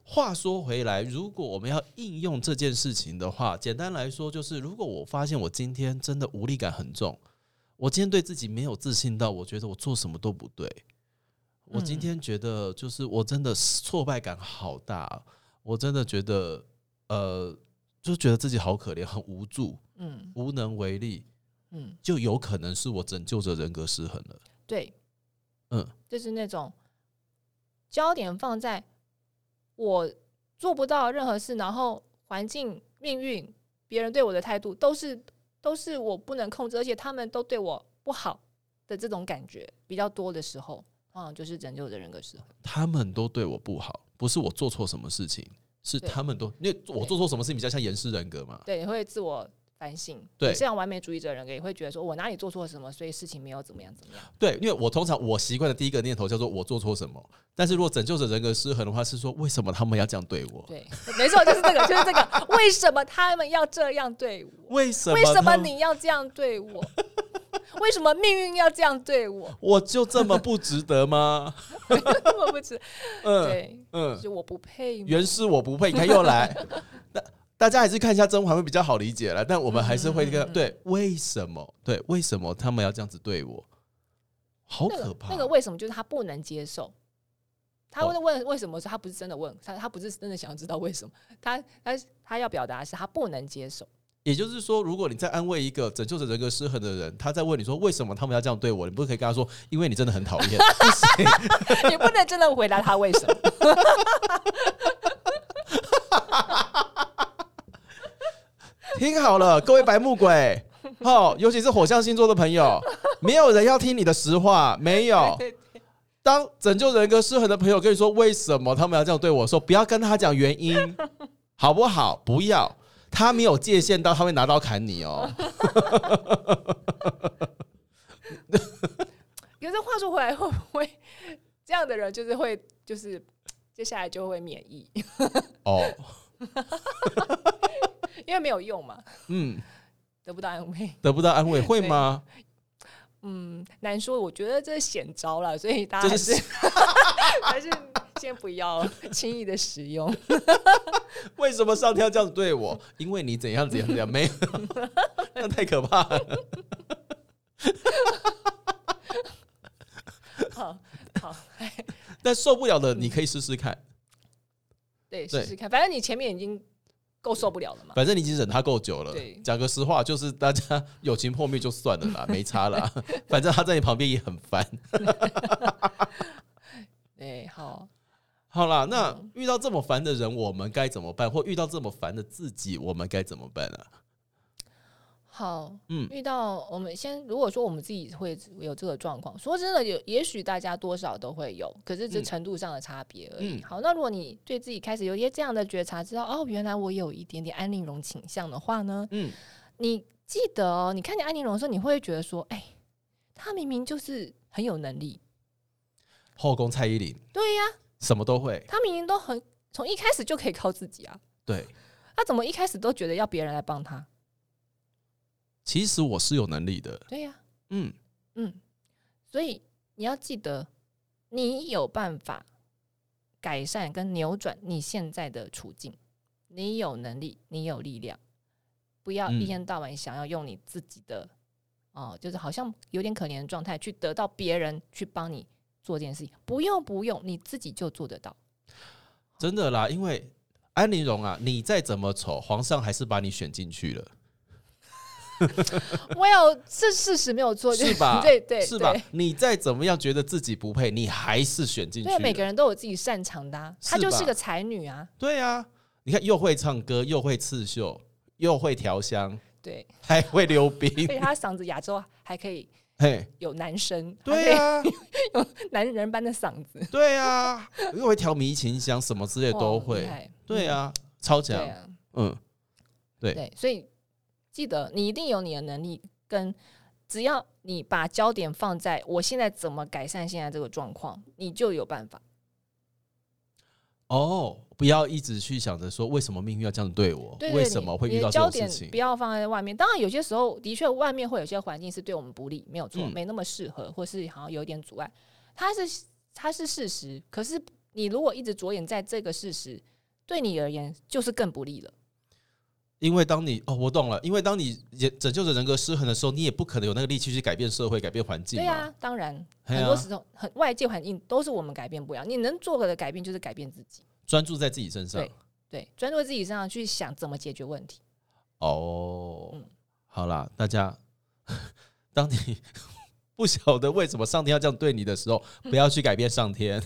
话说回来，如果我们要应用这件事情的话，简单来说就是，如果我发现我今天真的无力感很重，我今天对自己没有自信到，我觉得我做什么都不对，我今嗯天觉得就是我真的挫败感好大啊，我真的觉得呃，就觉得自己好可怜，很无助，嗯无能为力，嗯，就有可能是我拯救者人格失衡了。对，嗯，就是那种焦点放在我做不到任何事，然后环境、命运、别人对我的态度都是都是我不能控制，而且他们都对我不好的这种感觉比较多的时候，往往就是拯救的人格时候。他们都对我不好，不是我做错什么事情，是对他们都因为我做错什么事情比较像严师人格嘛。对，会自我反省。对有些人完美主义者人格也会觉得说我哪里做错了什么，所以事情没有怎么样怎么样。对，因为我通常我习惯的第一个念头叫做我做错什么，但是如果拯救者人格失衡的话，是说为什么他们要这样对我？对，没错，就是这个，就是这个。为什么他们要这样对 我？为什么？为什么？你要这样对我？为什么命运要这样对我？ 我就这么不值得吗？我不知，嗯对，嗯，就我不配吗？原是我不配，你看又来。 那大家还是看一下甄嬛会比较好理解了，但我们还是会跟、嗯嗯嗯对为什么？对为什么他们要这样子对我？好那可个怕！那个为什么就是他不能接受？他哦问问为什么说他不是真的问他，他不是真的想要知道为什么，他他他要表达的是他不能接受。 也就是说，如果你在安慰一个拯救者人格失衡的人，他在问你说为什么他们要这样对我，你不是可以跟他说，因为你真的很讨厌。 不行，也不能真的回答他为什么。听好了，各位白目鬼，哦，尤其是火象星座的朋友，没有人要听你的实话，没有。对当拯救人格失衡的朋友跟你说为什么他们要这样对我说，不要跟他讲原因，好不好？不要，他没有界限到他会拿刀砍你哦。可是话说回来，会不会这样的人就是会就是接下来就会免疫， 哦，因为没有用嘛，嗯，得不到安慰。得不到安慰会吗？嗯，难说。我觉得这是险招了，所以大家这还是是 还是先不要轻易的使用。 为什么上天要这样子对我？ 因为你怎样怎样怎样，没有， 那太可怕了。好，好，哎但受不了的，你可以试试看，对，对试试看。反正你前面已经够受不了了嘛。反正你已经忍他够久了对。讲个实话，就是大家友情破灭就算了啦， 没差啦。反正他在你旁边也很烦。对，好，好啦，那遇到这么烦的人，我们该怎么办？或遇到这么烦的自己，我们该怎么办啊？好。嗯，遇到我们先，如果说我们自己会有这个状况，说真的，有也许大家多少都会有，可是这嗯程度上的差别而已。嗯好，那如果你对自己开始有一些这样的觉察，知道哦，原来我有一点点安陵容倾向的话呢，嗯，你记得哦，你看见安陵容的时候，你会觉得说，哎、她明明就是很有能力，后宫蔡依林对呀、什么都会，她明明都很从一开始就可以靠自己啊，对。她怎么一开始都觉得要别人来帮她？其实我是有能力的，对呀、嗯，嗯，所以你要记得，你有办法改善跟扭转你现在的处境，你有能力，你有力量，不要嗯一天到晚想要用你自己的，哦、就是好像有点可怜的状态去得到别人去帮你做这件事情，不用不用，你自己就做得到。真的啦。因为安陵容啊，你再怎么丑，皇上还是把你选进去了，我有这事实没有错，就是吧 对对是吧对？你再怎么样觉得自己不配，你还是选进去对，每个了。人都有自己擅长的、啊，她是就吧是个才女啊，对啊，你看又会唱歌，又会刺绣，又会调香， 对，还会溜而 冰，且她嗓子哑之后还可以嘿，有男生，还可对以啊，男人般的嗓 子，对啊，又会调迷情香，什么之类哇都厉会。害对嗯啊，超对强。啊，嗯，对对，所以记得你一定有你的能力，跟只要你把焦点放在我现在怎么改善现在这个状况，你就有办法。哦，不要一直去想着说为什么命运要这样对我，对为对什你么会你遇到的这焦种事点情不？要放在外面。当然，有些时候的确外面会有些环境是对我们不利，没有错，嗯没那么适合，或是好像有一点阻碍，它是它是事实。可是你如果一直着眼在这个事实，对你而言就是更不利了。因为当你哦，我懂了，因为当你人拯救着人格失衡的时候，你也不可能有那个力气去改变社会、改变环境对嘛。啊，当然，嘿很多啊时候很外界环境都是我们改变不了。你能做的改变就是改变自己，专注在自己身上。对对，专注在自己身上去想怎么解决问题。哦，嗯好啦，大家， 当你不晓得为什么上天要这样对你的 时候，不要去改变上天，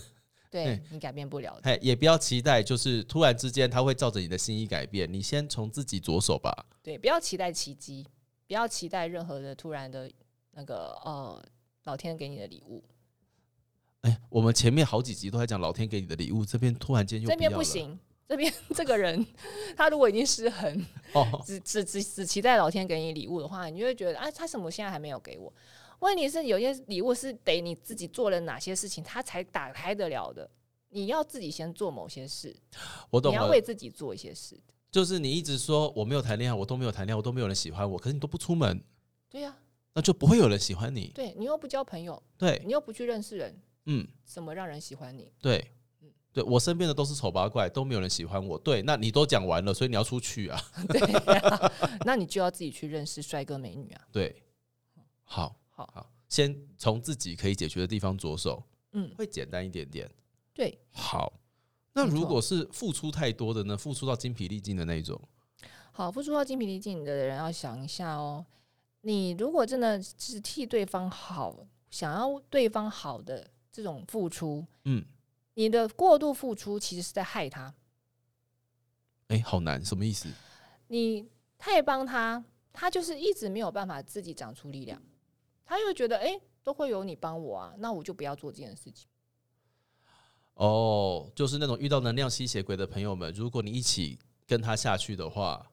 对对你改变不了的，嘿，也不要期待就是突然之间他会照着你的心意改变。你先从自己着手吧。对，不要期待奇迹，不要期待任何的突然的那个呃，老天给你的礼物，哎，我们前面好几集都在讲老天给你的礼物，这边突然间又这边要不了，行，这边 这个人，他如果已经失衡，哦，只只只只期待老天给你礼物的话，你就会觉得啊，他什么现在还没有给我？问题是有些礼物是得你自己做了哪些事情，他才打开得了的。你要自己先做某些事，我你懂要了为，自己做一些事。就是你一直说我没有谈恋爱，我都没有谈恋爱，我都没有人喜欢我，可是你都不出门，对呀、那就不会有人喜欢你。对你又不交朋友，对，你又不去认识人，嗯，怎么让人喜欢你？ 对，嗯对我身边的都是丑八怪，都没有人喜欢我。对，那你都讲完了，所以你要出去啊。对呀、那你就要自己去认识帅哥美女啊。对，好，好好，先从自己可以解决的地方着手，嗯，会简单一点点。对，好，那没错如果是付出太多的呢？付出到精疲力尽的那一种，好，付出到精疲力尽的人要想一下哦，你如果真的是替对方好，想要对方好的这种付出，嗯，你的过度付出其实是在害他，哎、好难，什么意思？你太帮他，他就是一直没有办法自己长出力量，他又觉得诶，都会有你帮我啊，那我就不要做这件事情。哦，就是那种遇到能量吸血鬼的朋友们，如果你一起跟他下去的话，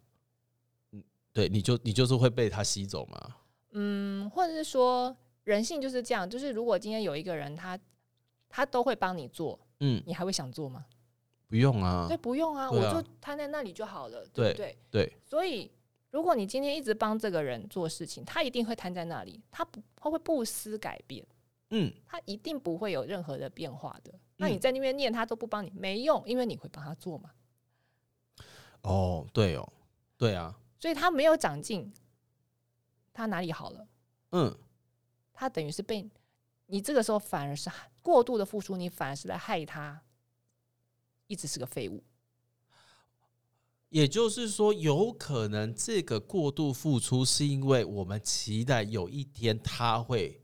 嗯，对，你就你就是会被他吸走嘛。嗯，或者是说人性就是这样，就是如果今天有一个人他他都会帮你做，嗯，你还会想做吗？不用啊对，，不用啊，对啊我就摊在那里就好了，对不对？对，啊所以，如果你今天一直帮这个人做事情，他一定会摊在那里，他不他会不思改变，嗯，他一定不会有任何的变化的。那嗯你在那边念他都不帮你，没用，因为你会帮他做嘛，哦，对哦，对啊，所以他没有长进，他哪里好了？嗯，他等于是被你这个时候反而是过度的付出，你反而是在害他，一直是个废物。也就是说，有可能这个过度付出是因为我们期待有一天他会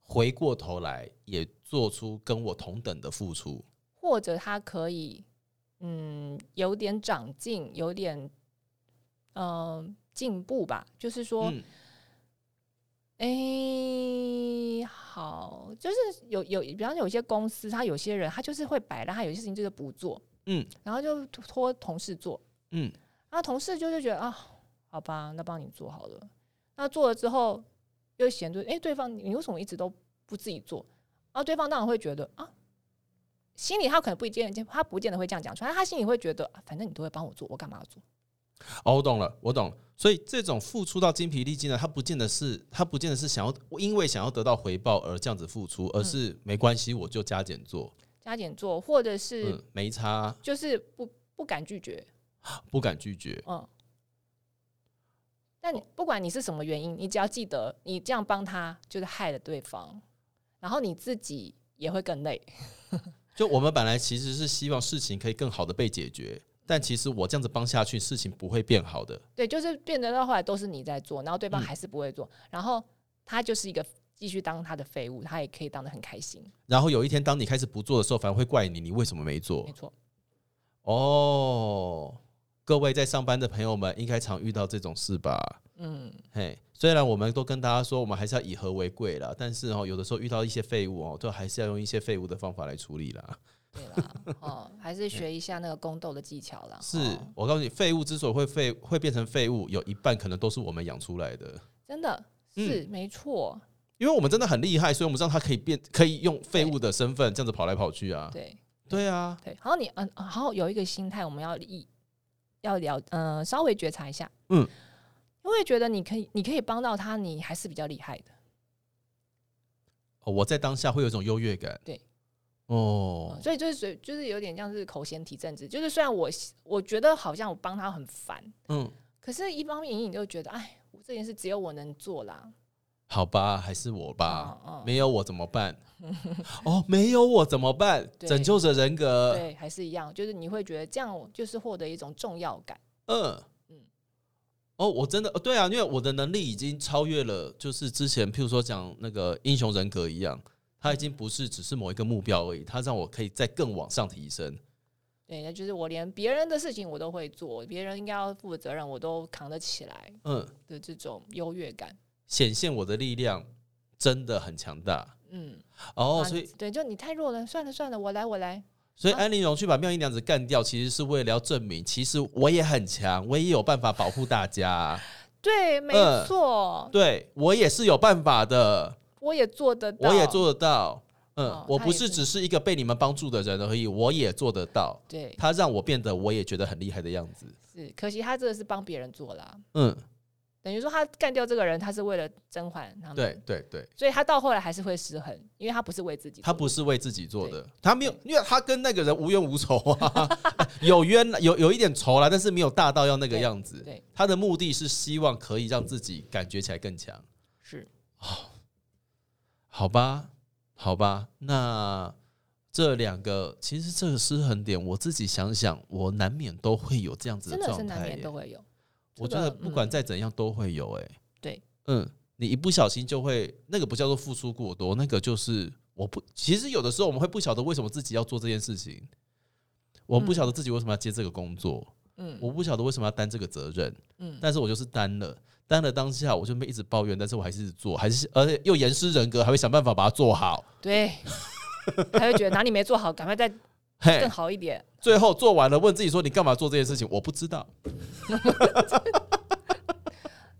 回过头来也做出跟我同等的付出。或者他可以，嗯，有点长进，有点，嗯、进步吧。就是说，嗯哎、好，就是有有，比方说有些公司，他有些人他就是会摆烂，他有些事情就是不做，嗯然后就托同事做，嗯，然后同事就是觉得啊，好吧，那帮你做好了。那做了之后又嫌对，哎、对方你为什么一直都不自己做？然后对方当然会觉得啊，心里他可能不一见，他不见得会这样讲出来，他心里会觉得、啊反正你都会帮我做，我干嘛要做？哦，我懂了，我懂了。所以这种付出到精疲力尽呢，他不见得是他不见得是想要因为想要得到回报而这样子付出，而是没关系，我就加减做，加减做，或者是、嗯，没差，就是不不敢拒绝，不敢拒绝。嗯。但你不管你是什么原因，你只要记得，你这样帮他就是害了对方，然后你自己也会更累。就我们本来其实是希望事情可以更好的被解决，但其实我这样子帮下去，事情不会变好的。对，就是变得到后来都是你在做，然后对方嗯还是不会做，然后他就是一个继续当他的废物，他也可以当得很开心，然后有一天，当你开始不做的时候，反而会怪你，你为什么没做没？错，哦，各位在上班的朋友们，应该常遇到这种事吧？嗯，嘿，虽然我们都跟大家说，我们还是要以和为贵啦，但是哦，有的时候遇到一些废物哦，就还是要用一些废物的方法来处理啦。对啦，哦，还是学一下那个宫斗的技巧啦。是哦我告诉你，废物之所以会废，会变成废物，有一半可能都是我们养出来的。真的嗯是、没错，因为我们真的很厉害，所以我们知道他可以变，可以用废物的身份这样子跑来跑去啊。对对啊，对。然后你嗯，然后有一个心态，我们要一要了，嗯、稍微觉察一下，嗯，因为觉得你可以，你可以帮到他，你还是比较厉害的。哦我在当下会有一种优越感。对，哦，所以就是随就是有点像是口嫌体正直，就是虽然我我觉得好像我帮他很烦，嗯，可是，一方面隐隐就觉得，哎，我这件事只有我能做啦。好吧，还是我吧，嗯嗯没有我怎么 办？哦，没有我怎么办？对拯救者人格，对，还是一样，就是你会觉得这样我就是获得一种重要感。嗯嗯哦，我真的哦对啊，因为我的能力已经超越了，就是之前譬如说讲那个英雄人格一样，它已嗯经不是只是某一个目标而已，它让我可以再更往上提升。对，那就是我连别人的事情我都会做，别人应该要负的责任我都扛得起来嗯，的这种优越感。显现我的力量真的很强大嗯，哦，啊所以对，就你太弱了，算了算了，我来我来，所以安陵容去把妙音娘子干掉，其实是为了要证明，其实我也很强，我也有办法保护大家，对，没嗯错，对我也是有办法的，我也做得到，我也做得到。嗯哦，我他不也是是只是一个被你们帮助的人而已，我也做得到。对，他让我变得我也觉得很厉害的样子。是，可惜他这个是帮别人做啦，嗯，等于说他干掉这个人，他是为了甄嬛他们，对，对对，所以他到后来还是会失衡，因为他不是为自己做的，他不是为自己做的，他没有，因为他跟那个人无冤无仇啊， 有冤有有一点仇啦，但是没有大到要那个样子。对，他的目的是希望可以让自己感觉起来更强，是好吧，好吧，那这两个其实这个失衡点，我自己想想，我难免都会有这样子真的是状难态免耶都。会有，我这觉得个不管嗯再怎样都会有、欸，对，嗯，你一不小心就会，那个不叫做付出过多，那个就是我不，其实有的时候我们会不晓得为什么自己要做这件事情，我们不晓得自己为什么要接这个工作，嗯我不晓得为什么要担这个责任，嗯，但是我就是担了，担了当下我就没一直抱怨，但是我还是一直做，还是而且又严师人格，还会想办法把它做好，对，他会觉得哪里没做好，赶快再嘿更，好一点，最后做完了问自己说你干嘛做这件事情？我不知道，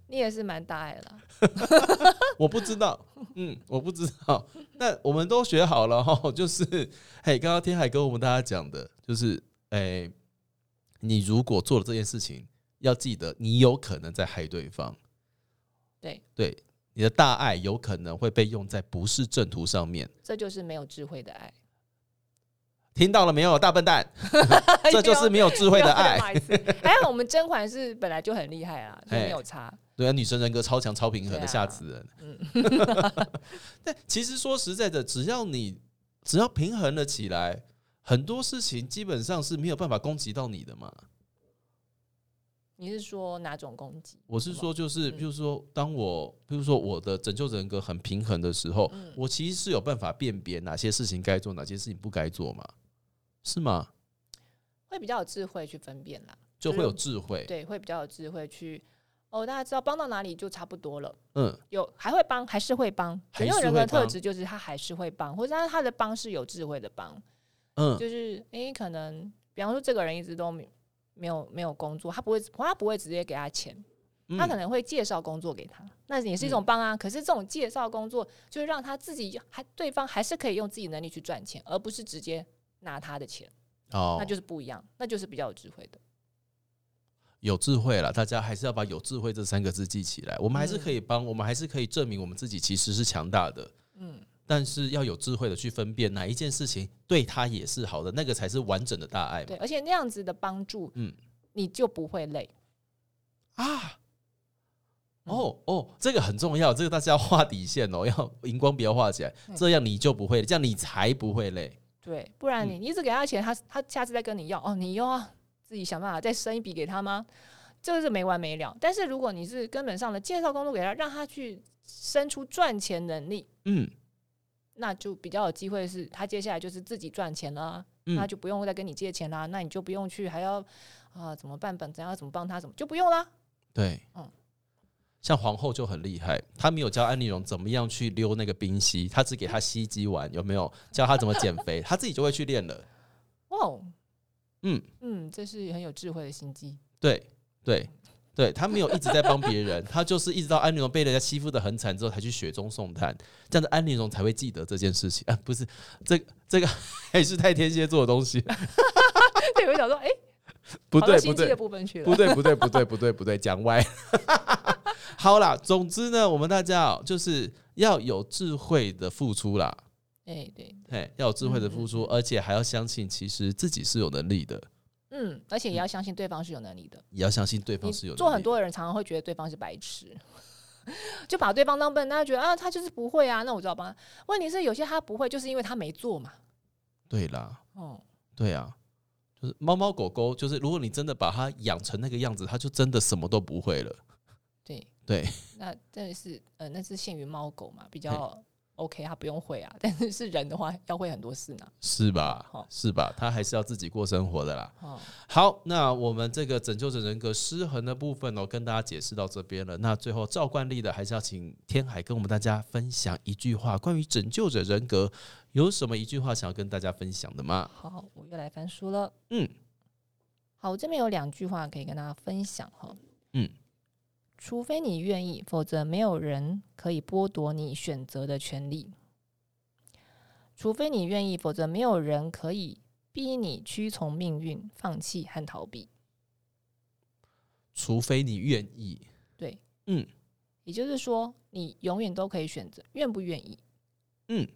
你也是蛮大爱的啦，我不知道，嗯，我不知道。 那我们都学好了哈，就是，嘿，刚刚天海跟我们大家讲的，就是，哎、你如果做了这件事情，要记得你有可能在害对方，对，对，你的大爱有可能会被用在不是正途上面。这就是没有智慧的爱，听到了没有，大笨蛋？ 这就是没有智智慧的 爱。还有我们甄嬛是本来就很厉害啊，就嘿没有差，对啊，女生人格超强、超平衡的，对啊嗯吓死人。 但其实说实在的，只要你只要平衡了起来，很多事情基本上是没有办法攻击到你的嘛。你是说哪种攻击？我是说，就是嗯比如说，当我比如说我的拯救人格很平衡的时候，嗯我其实是有办法辨别哪些事情该做，哪些事情不该做嘛，是吗？会比较有智慧去分辨啦，就就是会有智慧。对，会比较有智慧去哦，大家知道帮到哪里就差不多了。嗯，有还会帮，还是会帮。还没是有人会格特帮质就是他还是会帮，或者他他的帮是有智慧的帮，嗯，就是诶、可能比方说这个人一直都没没有没有工作，他不会他不会直接给他钱，嗯他可能会介绍工作给他，那也是一种帮啊。可是这种介绍工作，就是让他自己还对方还是可以用自己能力去赚钱，而不是直接拿他的钱，那哦，就是不一样，那就是比较有智慧的。有智慧了，大家还是要把“有智慧”这三个字记起来。我们还是嗯可以帮，我们还是可以证明我们自己其实是强大的，嗯，但是要有智慧的去分辨哪一件事情对他也是好的，那个才是完整的大爱嘛对，而且那样子的帮助，嗯你就不会累。啊！嗯哦哦，这个很重要，这个大家要画底线哦，要 荧光不要画起来，对这样你就不会，这样你才不会累。对，嗯不然你你一直给他钱，他他下次再跟你要哦，你又要自己想办法再生一笔给他吗？这个是没完没了。但是如果你是根本上的介绍工作给他，让他去生出赚钱能力，嗯那就比较有机会是他接下来就是自己赚钱了啊，嗯那就不用再跟你借钱啦，那你就不用去还要啊、怎么办本怎样怎么帮他怎么就不用啦。对，嗯像皇后就很厉害，她没有教安陵容怎么样去溜那个冰溪，她只给她吸肌丸，有没有教她怎么减肥，她自己就会去练了。哇哦，嗯嗯，这是很有智慧的心机。 对对对，他没有一直在帮别人，他就是一直到安陵容被人家欺负的很惨之后，才去雪中送炭，这样子安陵容才会记得这件事情啊，不是这个这个 还是太天蝎座的东西，对，我想说，哎、不跑到对心不机对的部分去不了。对不对不对不对不对，讲歪。 好啦，总之呢，我们大家哦，就是要有智慧的付出啦，哎、对，嘿，要有智慧的付出，嗯嗯而且还要相信其实自己是有能力的，嗯，而且也要相信对方是有能力的。也要相信对方你是有能力的做很多的人常常会觉得对方是白痴， 就把对方当笨蛋，他觉得啊他就是不会啊，那我就要帮他。问题是有些他不会，就是因为他没做嘛。对啦，哦，对啊，就是猫猫狗狗，就是如果你真的把它养成那个样子，它就真的什么都不会了。对对，那这是呃那是限于猫狗嘛，比较 OK，他不用会啊， 但是是人的话要会很多事呢。是吧好？是吧？他还是要自己过生活的啦。哦，好，那我们这个拯救者人格失衡的部分哦，跟大家解释到这边了。那最后照惯例的，还是要请天海跟我们大家分享一句话，关于拯救者人格有什么一句话想要跟大家分享的吗？好，我又来翻书了。嗯好，我这边有两句话可以跟大家分享哈。嗯，除非你愿意，否则没有人可以剥夺你选择的权利。除非你愿意，否则没有人可以逼你屈从命运、放弃和逃避。除非你愿意，对，嗯也就是说，你永远都可以选择愿不愿意，嗯，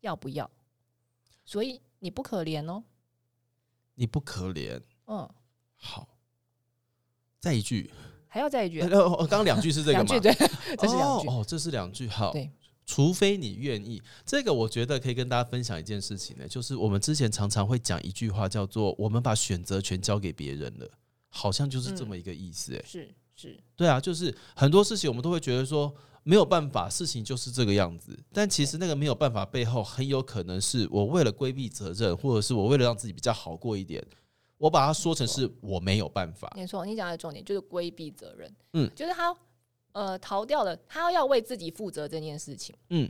要不要。所以你不可怜哦，你不可怜。嗯，好，再一句，还要再 一句啊，呃哦，刚刚两句是这个两吗？句对， 这是两句哦，哦这是两句，好，对除非你愿意，这个我觉得可以跟大家分享一件事情呢，就是我们之前常常会讲一句话，叫做“我们把选择权交给别人了”，好像就是这么一个意思。哎、是是，对啊，就是很多事情我们都会觉得说没有办法，事情就是这个样子。但其实那个没有办法背后，很有可能是我为了规避责任，或者是我为了让自己比较好过一点，我把它说成是我没有办法。没错，你讲的重点就是规避责任，嗯就是他呃逃掉了，他要为自己负责这件事情，嗯，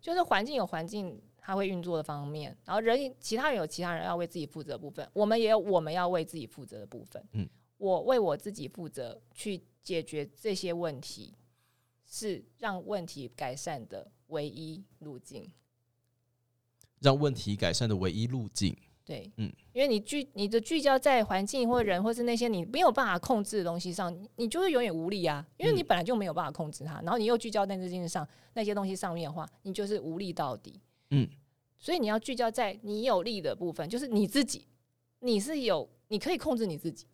就是环境有环境他会运作的方面，然后人其他人有其他人要为自己负责的部分，我们也有我们要为自己负责的部分，嗯，我为我自己负责去解决这些问题，是让问题改善的唯一路径。让问题改善的唯一路径。对，嗯，因为你聚你的聚焦在环境或人或是那些你没有办法控制的东西上，你你就会永远无力啊，因为你本来就没有办法控制它，然后你又聚焦在这件事上那些东西上面的话，你就是无力到底。嗯，所以你要聚焦在你有力的部分，就是你自己，你是有你可以控制你自己，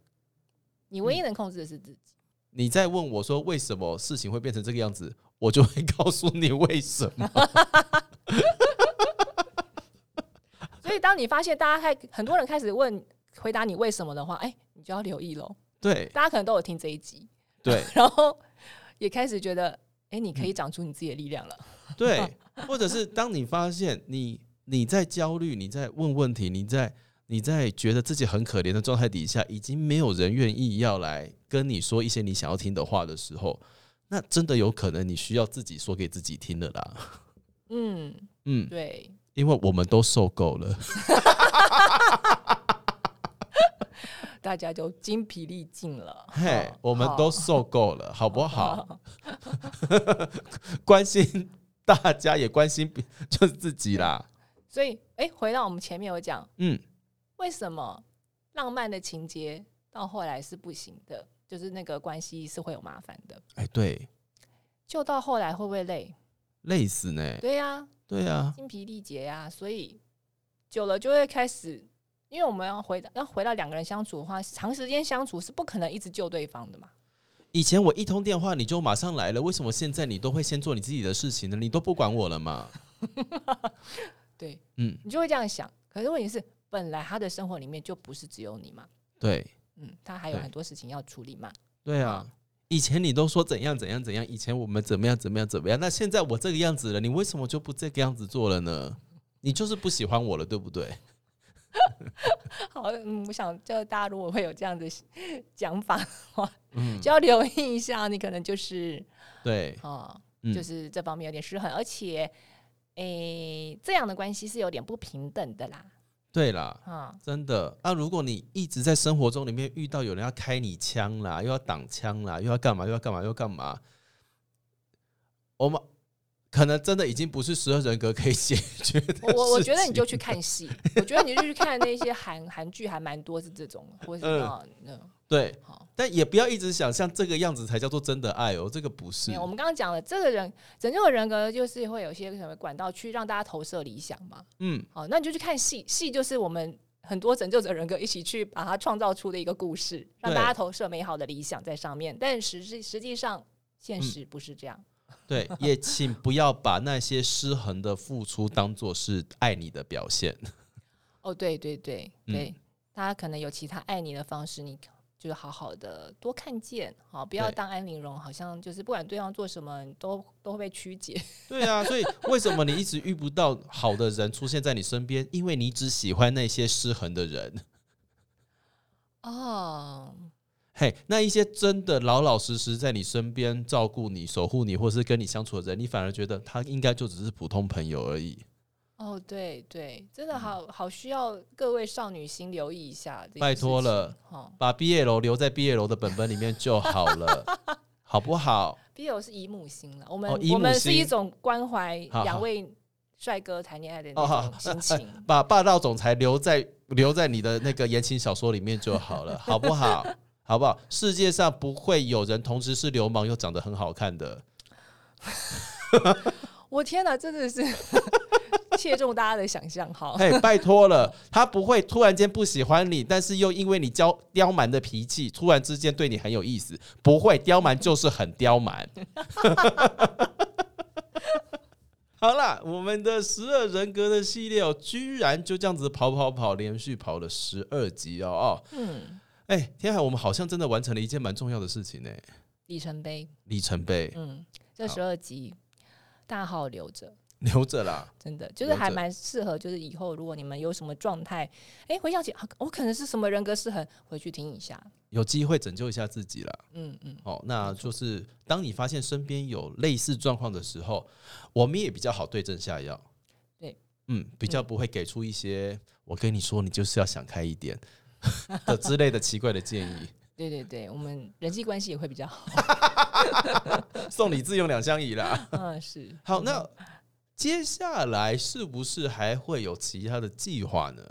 你唯一能控制的是自己。你在问我说为什么事情会变成这个样子，我就会 告诉你为什么。所以当你发现大家开很多人开始问回答你为什么的话，哎、你就要留意喽。对大家可能都有听这一集，对然后也开始觉得，哎、你可以长出你自己的力量了。对，或者是当你发现你你在焦虑，你在问问题，你在你在觉得自己很可怜的状态底下，已经没有人愿意要来跟你说一些你想要听的话的时候，那真的有可能你需要自己说给自己听的啦。嗯，嗯，对，因为我们都受够了。大家就精疲力尽了。嘿好，我们好都受够了，好不好？ 关心大家也关心别就是自己啦。所以，哎、回到我们前面有讲，嗯，为什么浪漫的情节到后来是不行的，就是那个关系是会有麻烦的。哎，对，就到后来会不会累？累死呢。对呀、对啊，精疲力竭呀、所以久了就会开始，因为我们要回到要回到两个人相处的话，长时间相处是不可能一直救对方的嘛。以前我一通电话你就马上来了，为什么现在你都会先做你自己的事情呢？你都不管我了嘛？对嗯，你就会这样想，可是问题是，本来他的生活里面就不是只有你嘛，对，嗯，他还有对很多事情要处理嘛。 对啊。以前你都说怎样怎样怎样，以前我们怎么样怎么样怎么样，那现在我这个样子了，你为什么就不这个样子做了呢？你就是不喜欢我了，对不对？好，嗯，我想就大家如果会有这样的 讲法的话，嗯 就要留意一下，你可能就是对，啊、嗯就是这方面有点失衡，而且，诶、这样的关系是有点不平等的啦，对啦，啊、真的啊！如果你一直在生活中里面遇到有人要开你枪啦，又要挡枪啦，又要干嘛，又要干嘛，又要干嘛，我们可能真的已经不是十二人格可以解决的我我我事觉得你就情去看 戏，我觉得你就去看那些韩韩剧，还蛮多是这种，或是哦嗯那那对，好。但也不要一直想像这个样子才叫做真的爱哦，这个不是没有，我们刚刚讲了，这个人拯救的人格就是会有一些什么管道去让大家投射理想嘛。嗯，好，那你就去看戏，戏就是我们很多拯救者人格一起去把它创造出的一个故事，让对大家投射美好的理想在上面。但实际实际上，现嗯实不是这样。对，也请不要把那些失衡的付出当做是爱你的表现。哦，对对对嗯对，他可能有其他爱你的方式，你就是好好的多看见，好不要对当安陵容，好像就是不管对方做什么，你都都会被曲解。 对啊，所以为什么你一直遇不到好的人出现在你身边？因为你只喜欢那些失衡的人。哦，嘿，那一些真的老老实实在你身边照顾你、守护你，或是跟你相处的人，你反而觉得他应该就只是普通朋友而已。哦，对对，真嗯的好好需要各位少女心留意一下这件事拜情。托了，哦把毕业楼留在毕业楼的本本里面就好了，好不好？ b i 是姨母心了，我们、哦姨我母们是一心种关怀好两好位帅哥谈恋爱的哦那好种心情。 把霸道总裁留在留在你的那个言情小说里面就好了，好不好？ 好不好？世界上不会有人同时是流氓又长得很好看的。我天哪，真的是 切中大家的想象。 好，嘿，哎拜托了，他不会突然间不喜欢你，但是又因为你娇刁蛮的脾气，突然之间对你很有意思。不会，刁蛮就是很刁蛮。 好啦，我们的十二人格的系列哦，居然就这样子跑跑跑，连续跑了十二集哦哦，嗯，哎、天海，我们好像真的完成了一件蛮重要的事情呢，里程碑，里程碑，嗯，这好十二集大家好好留着，留着啦。真的就是还留着蛮适合，就是以后如果你们有什么状态，哎，回想起啊我可能是什么人格失衡，回去听一下。有机会拯救一下自己啦。嗯嗯，哦，那就是当你发现身边有类似状况的时候，我们也比较好对症下药。对，嗯，比较不会给出一些“我跟你说，你就是要想开一点” 的之类的奇怪的建议。对对对，我们人际关系也会比 较好。送你自用两相宜 啦。嗯，是。好，那接下来是不是还会有其他的计划呢？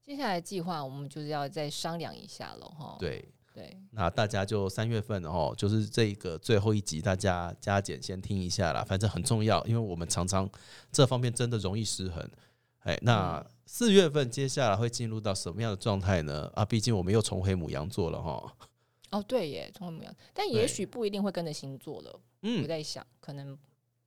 接下来计划我们就是要再商量一下喽，哈。对，对，那大家就三月份哦，就是这个最后一集，大家加减先听一下啦，反正很重要，因为我们常常这方面真的容易失衡。哎，那四月份接下来会进入到什么样的状态呢？啊，毕竟我们又重回母羊座了哈。哦对耶，从来没有，但也对许不一定会跟着星座了。我嗯，在想，可能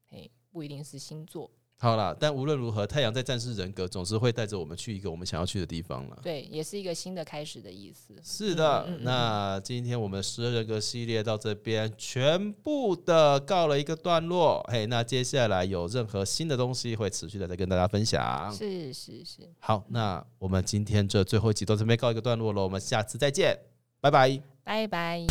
哎不一定是星座，好啦，但无论如何，太阳在战士人格总是会带着我们去一个我们想要去的地方了。对，也是一个新的开始的意思。是的，嗯嗯嗯那今天我们十二人格系列到这边全部的告了一个段落。嘿，那接下来有任何新的东西会持续的再跟大家分享。是是是，好，那我们今天这最后一集到这边告一个段落了，我们下次再见，拜拜。拜拜。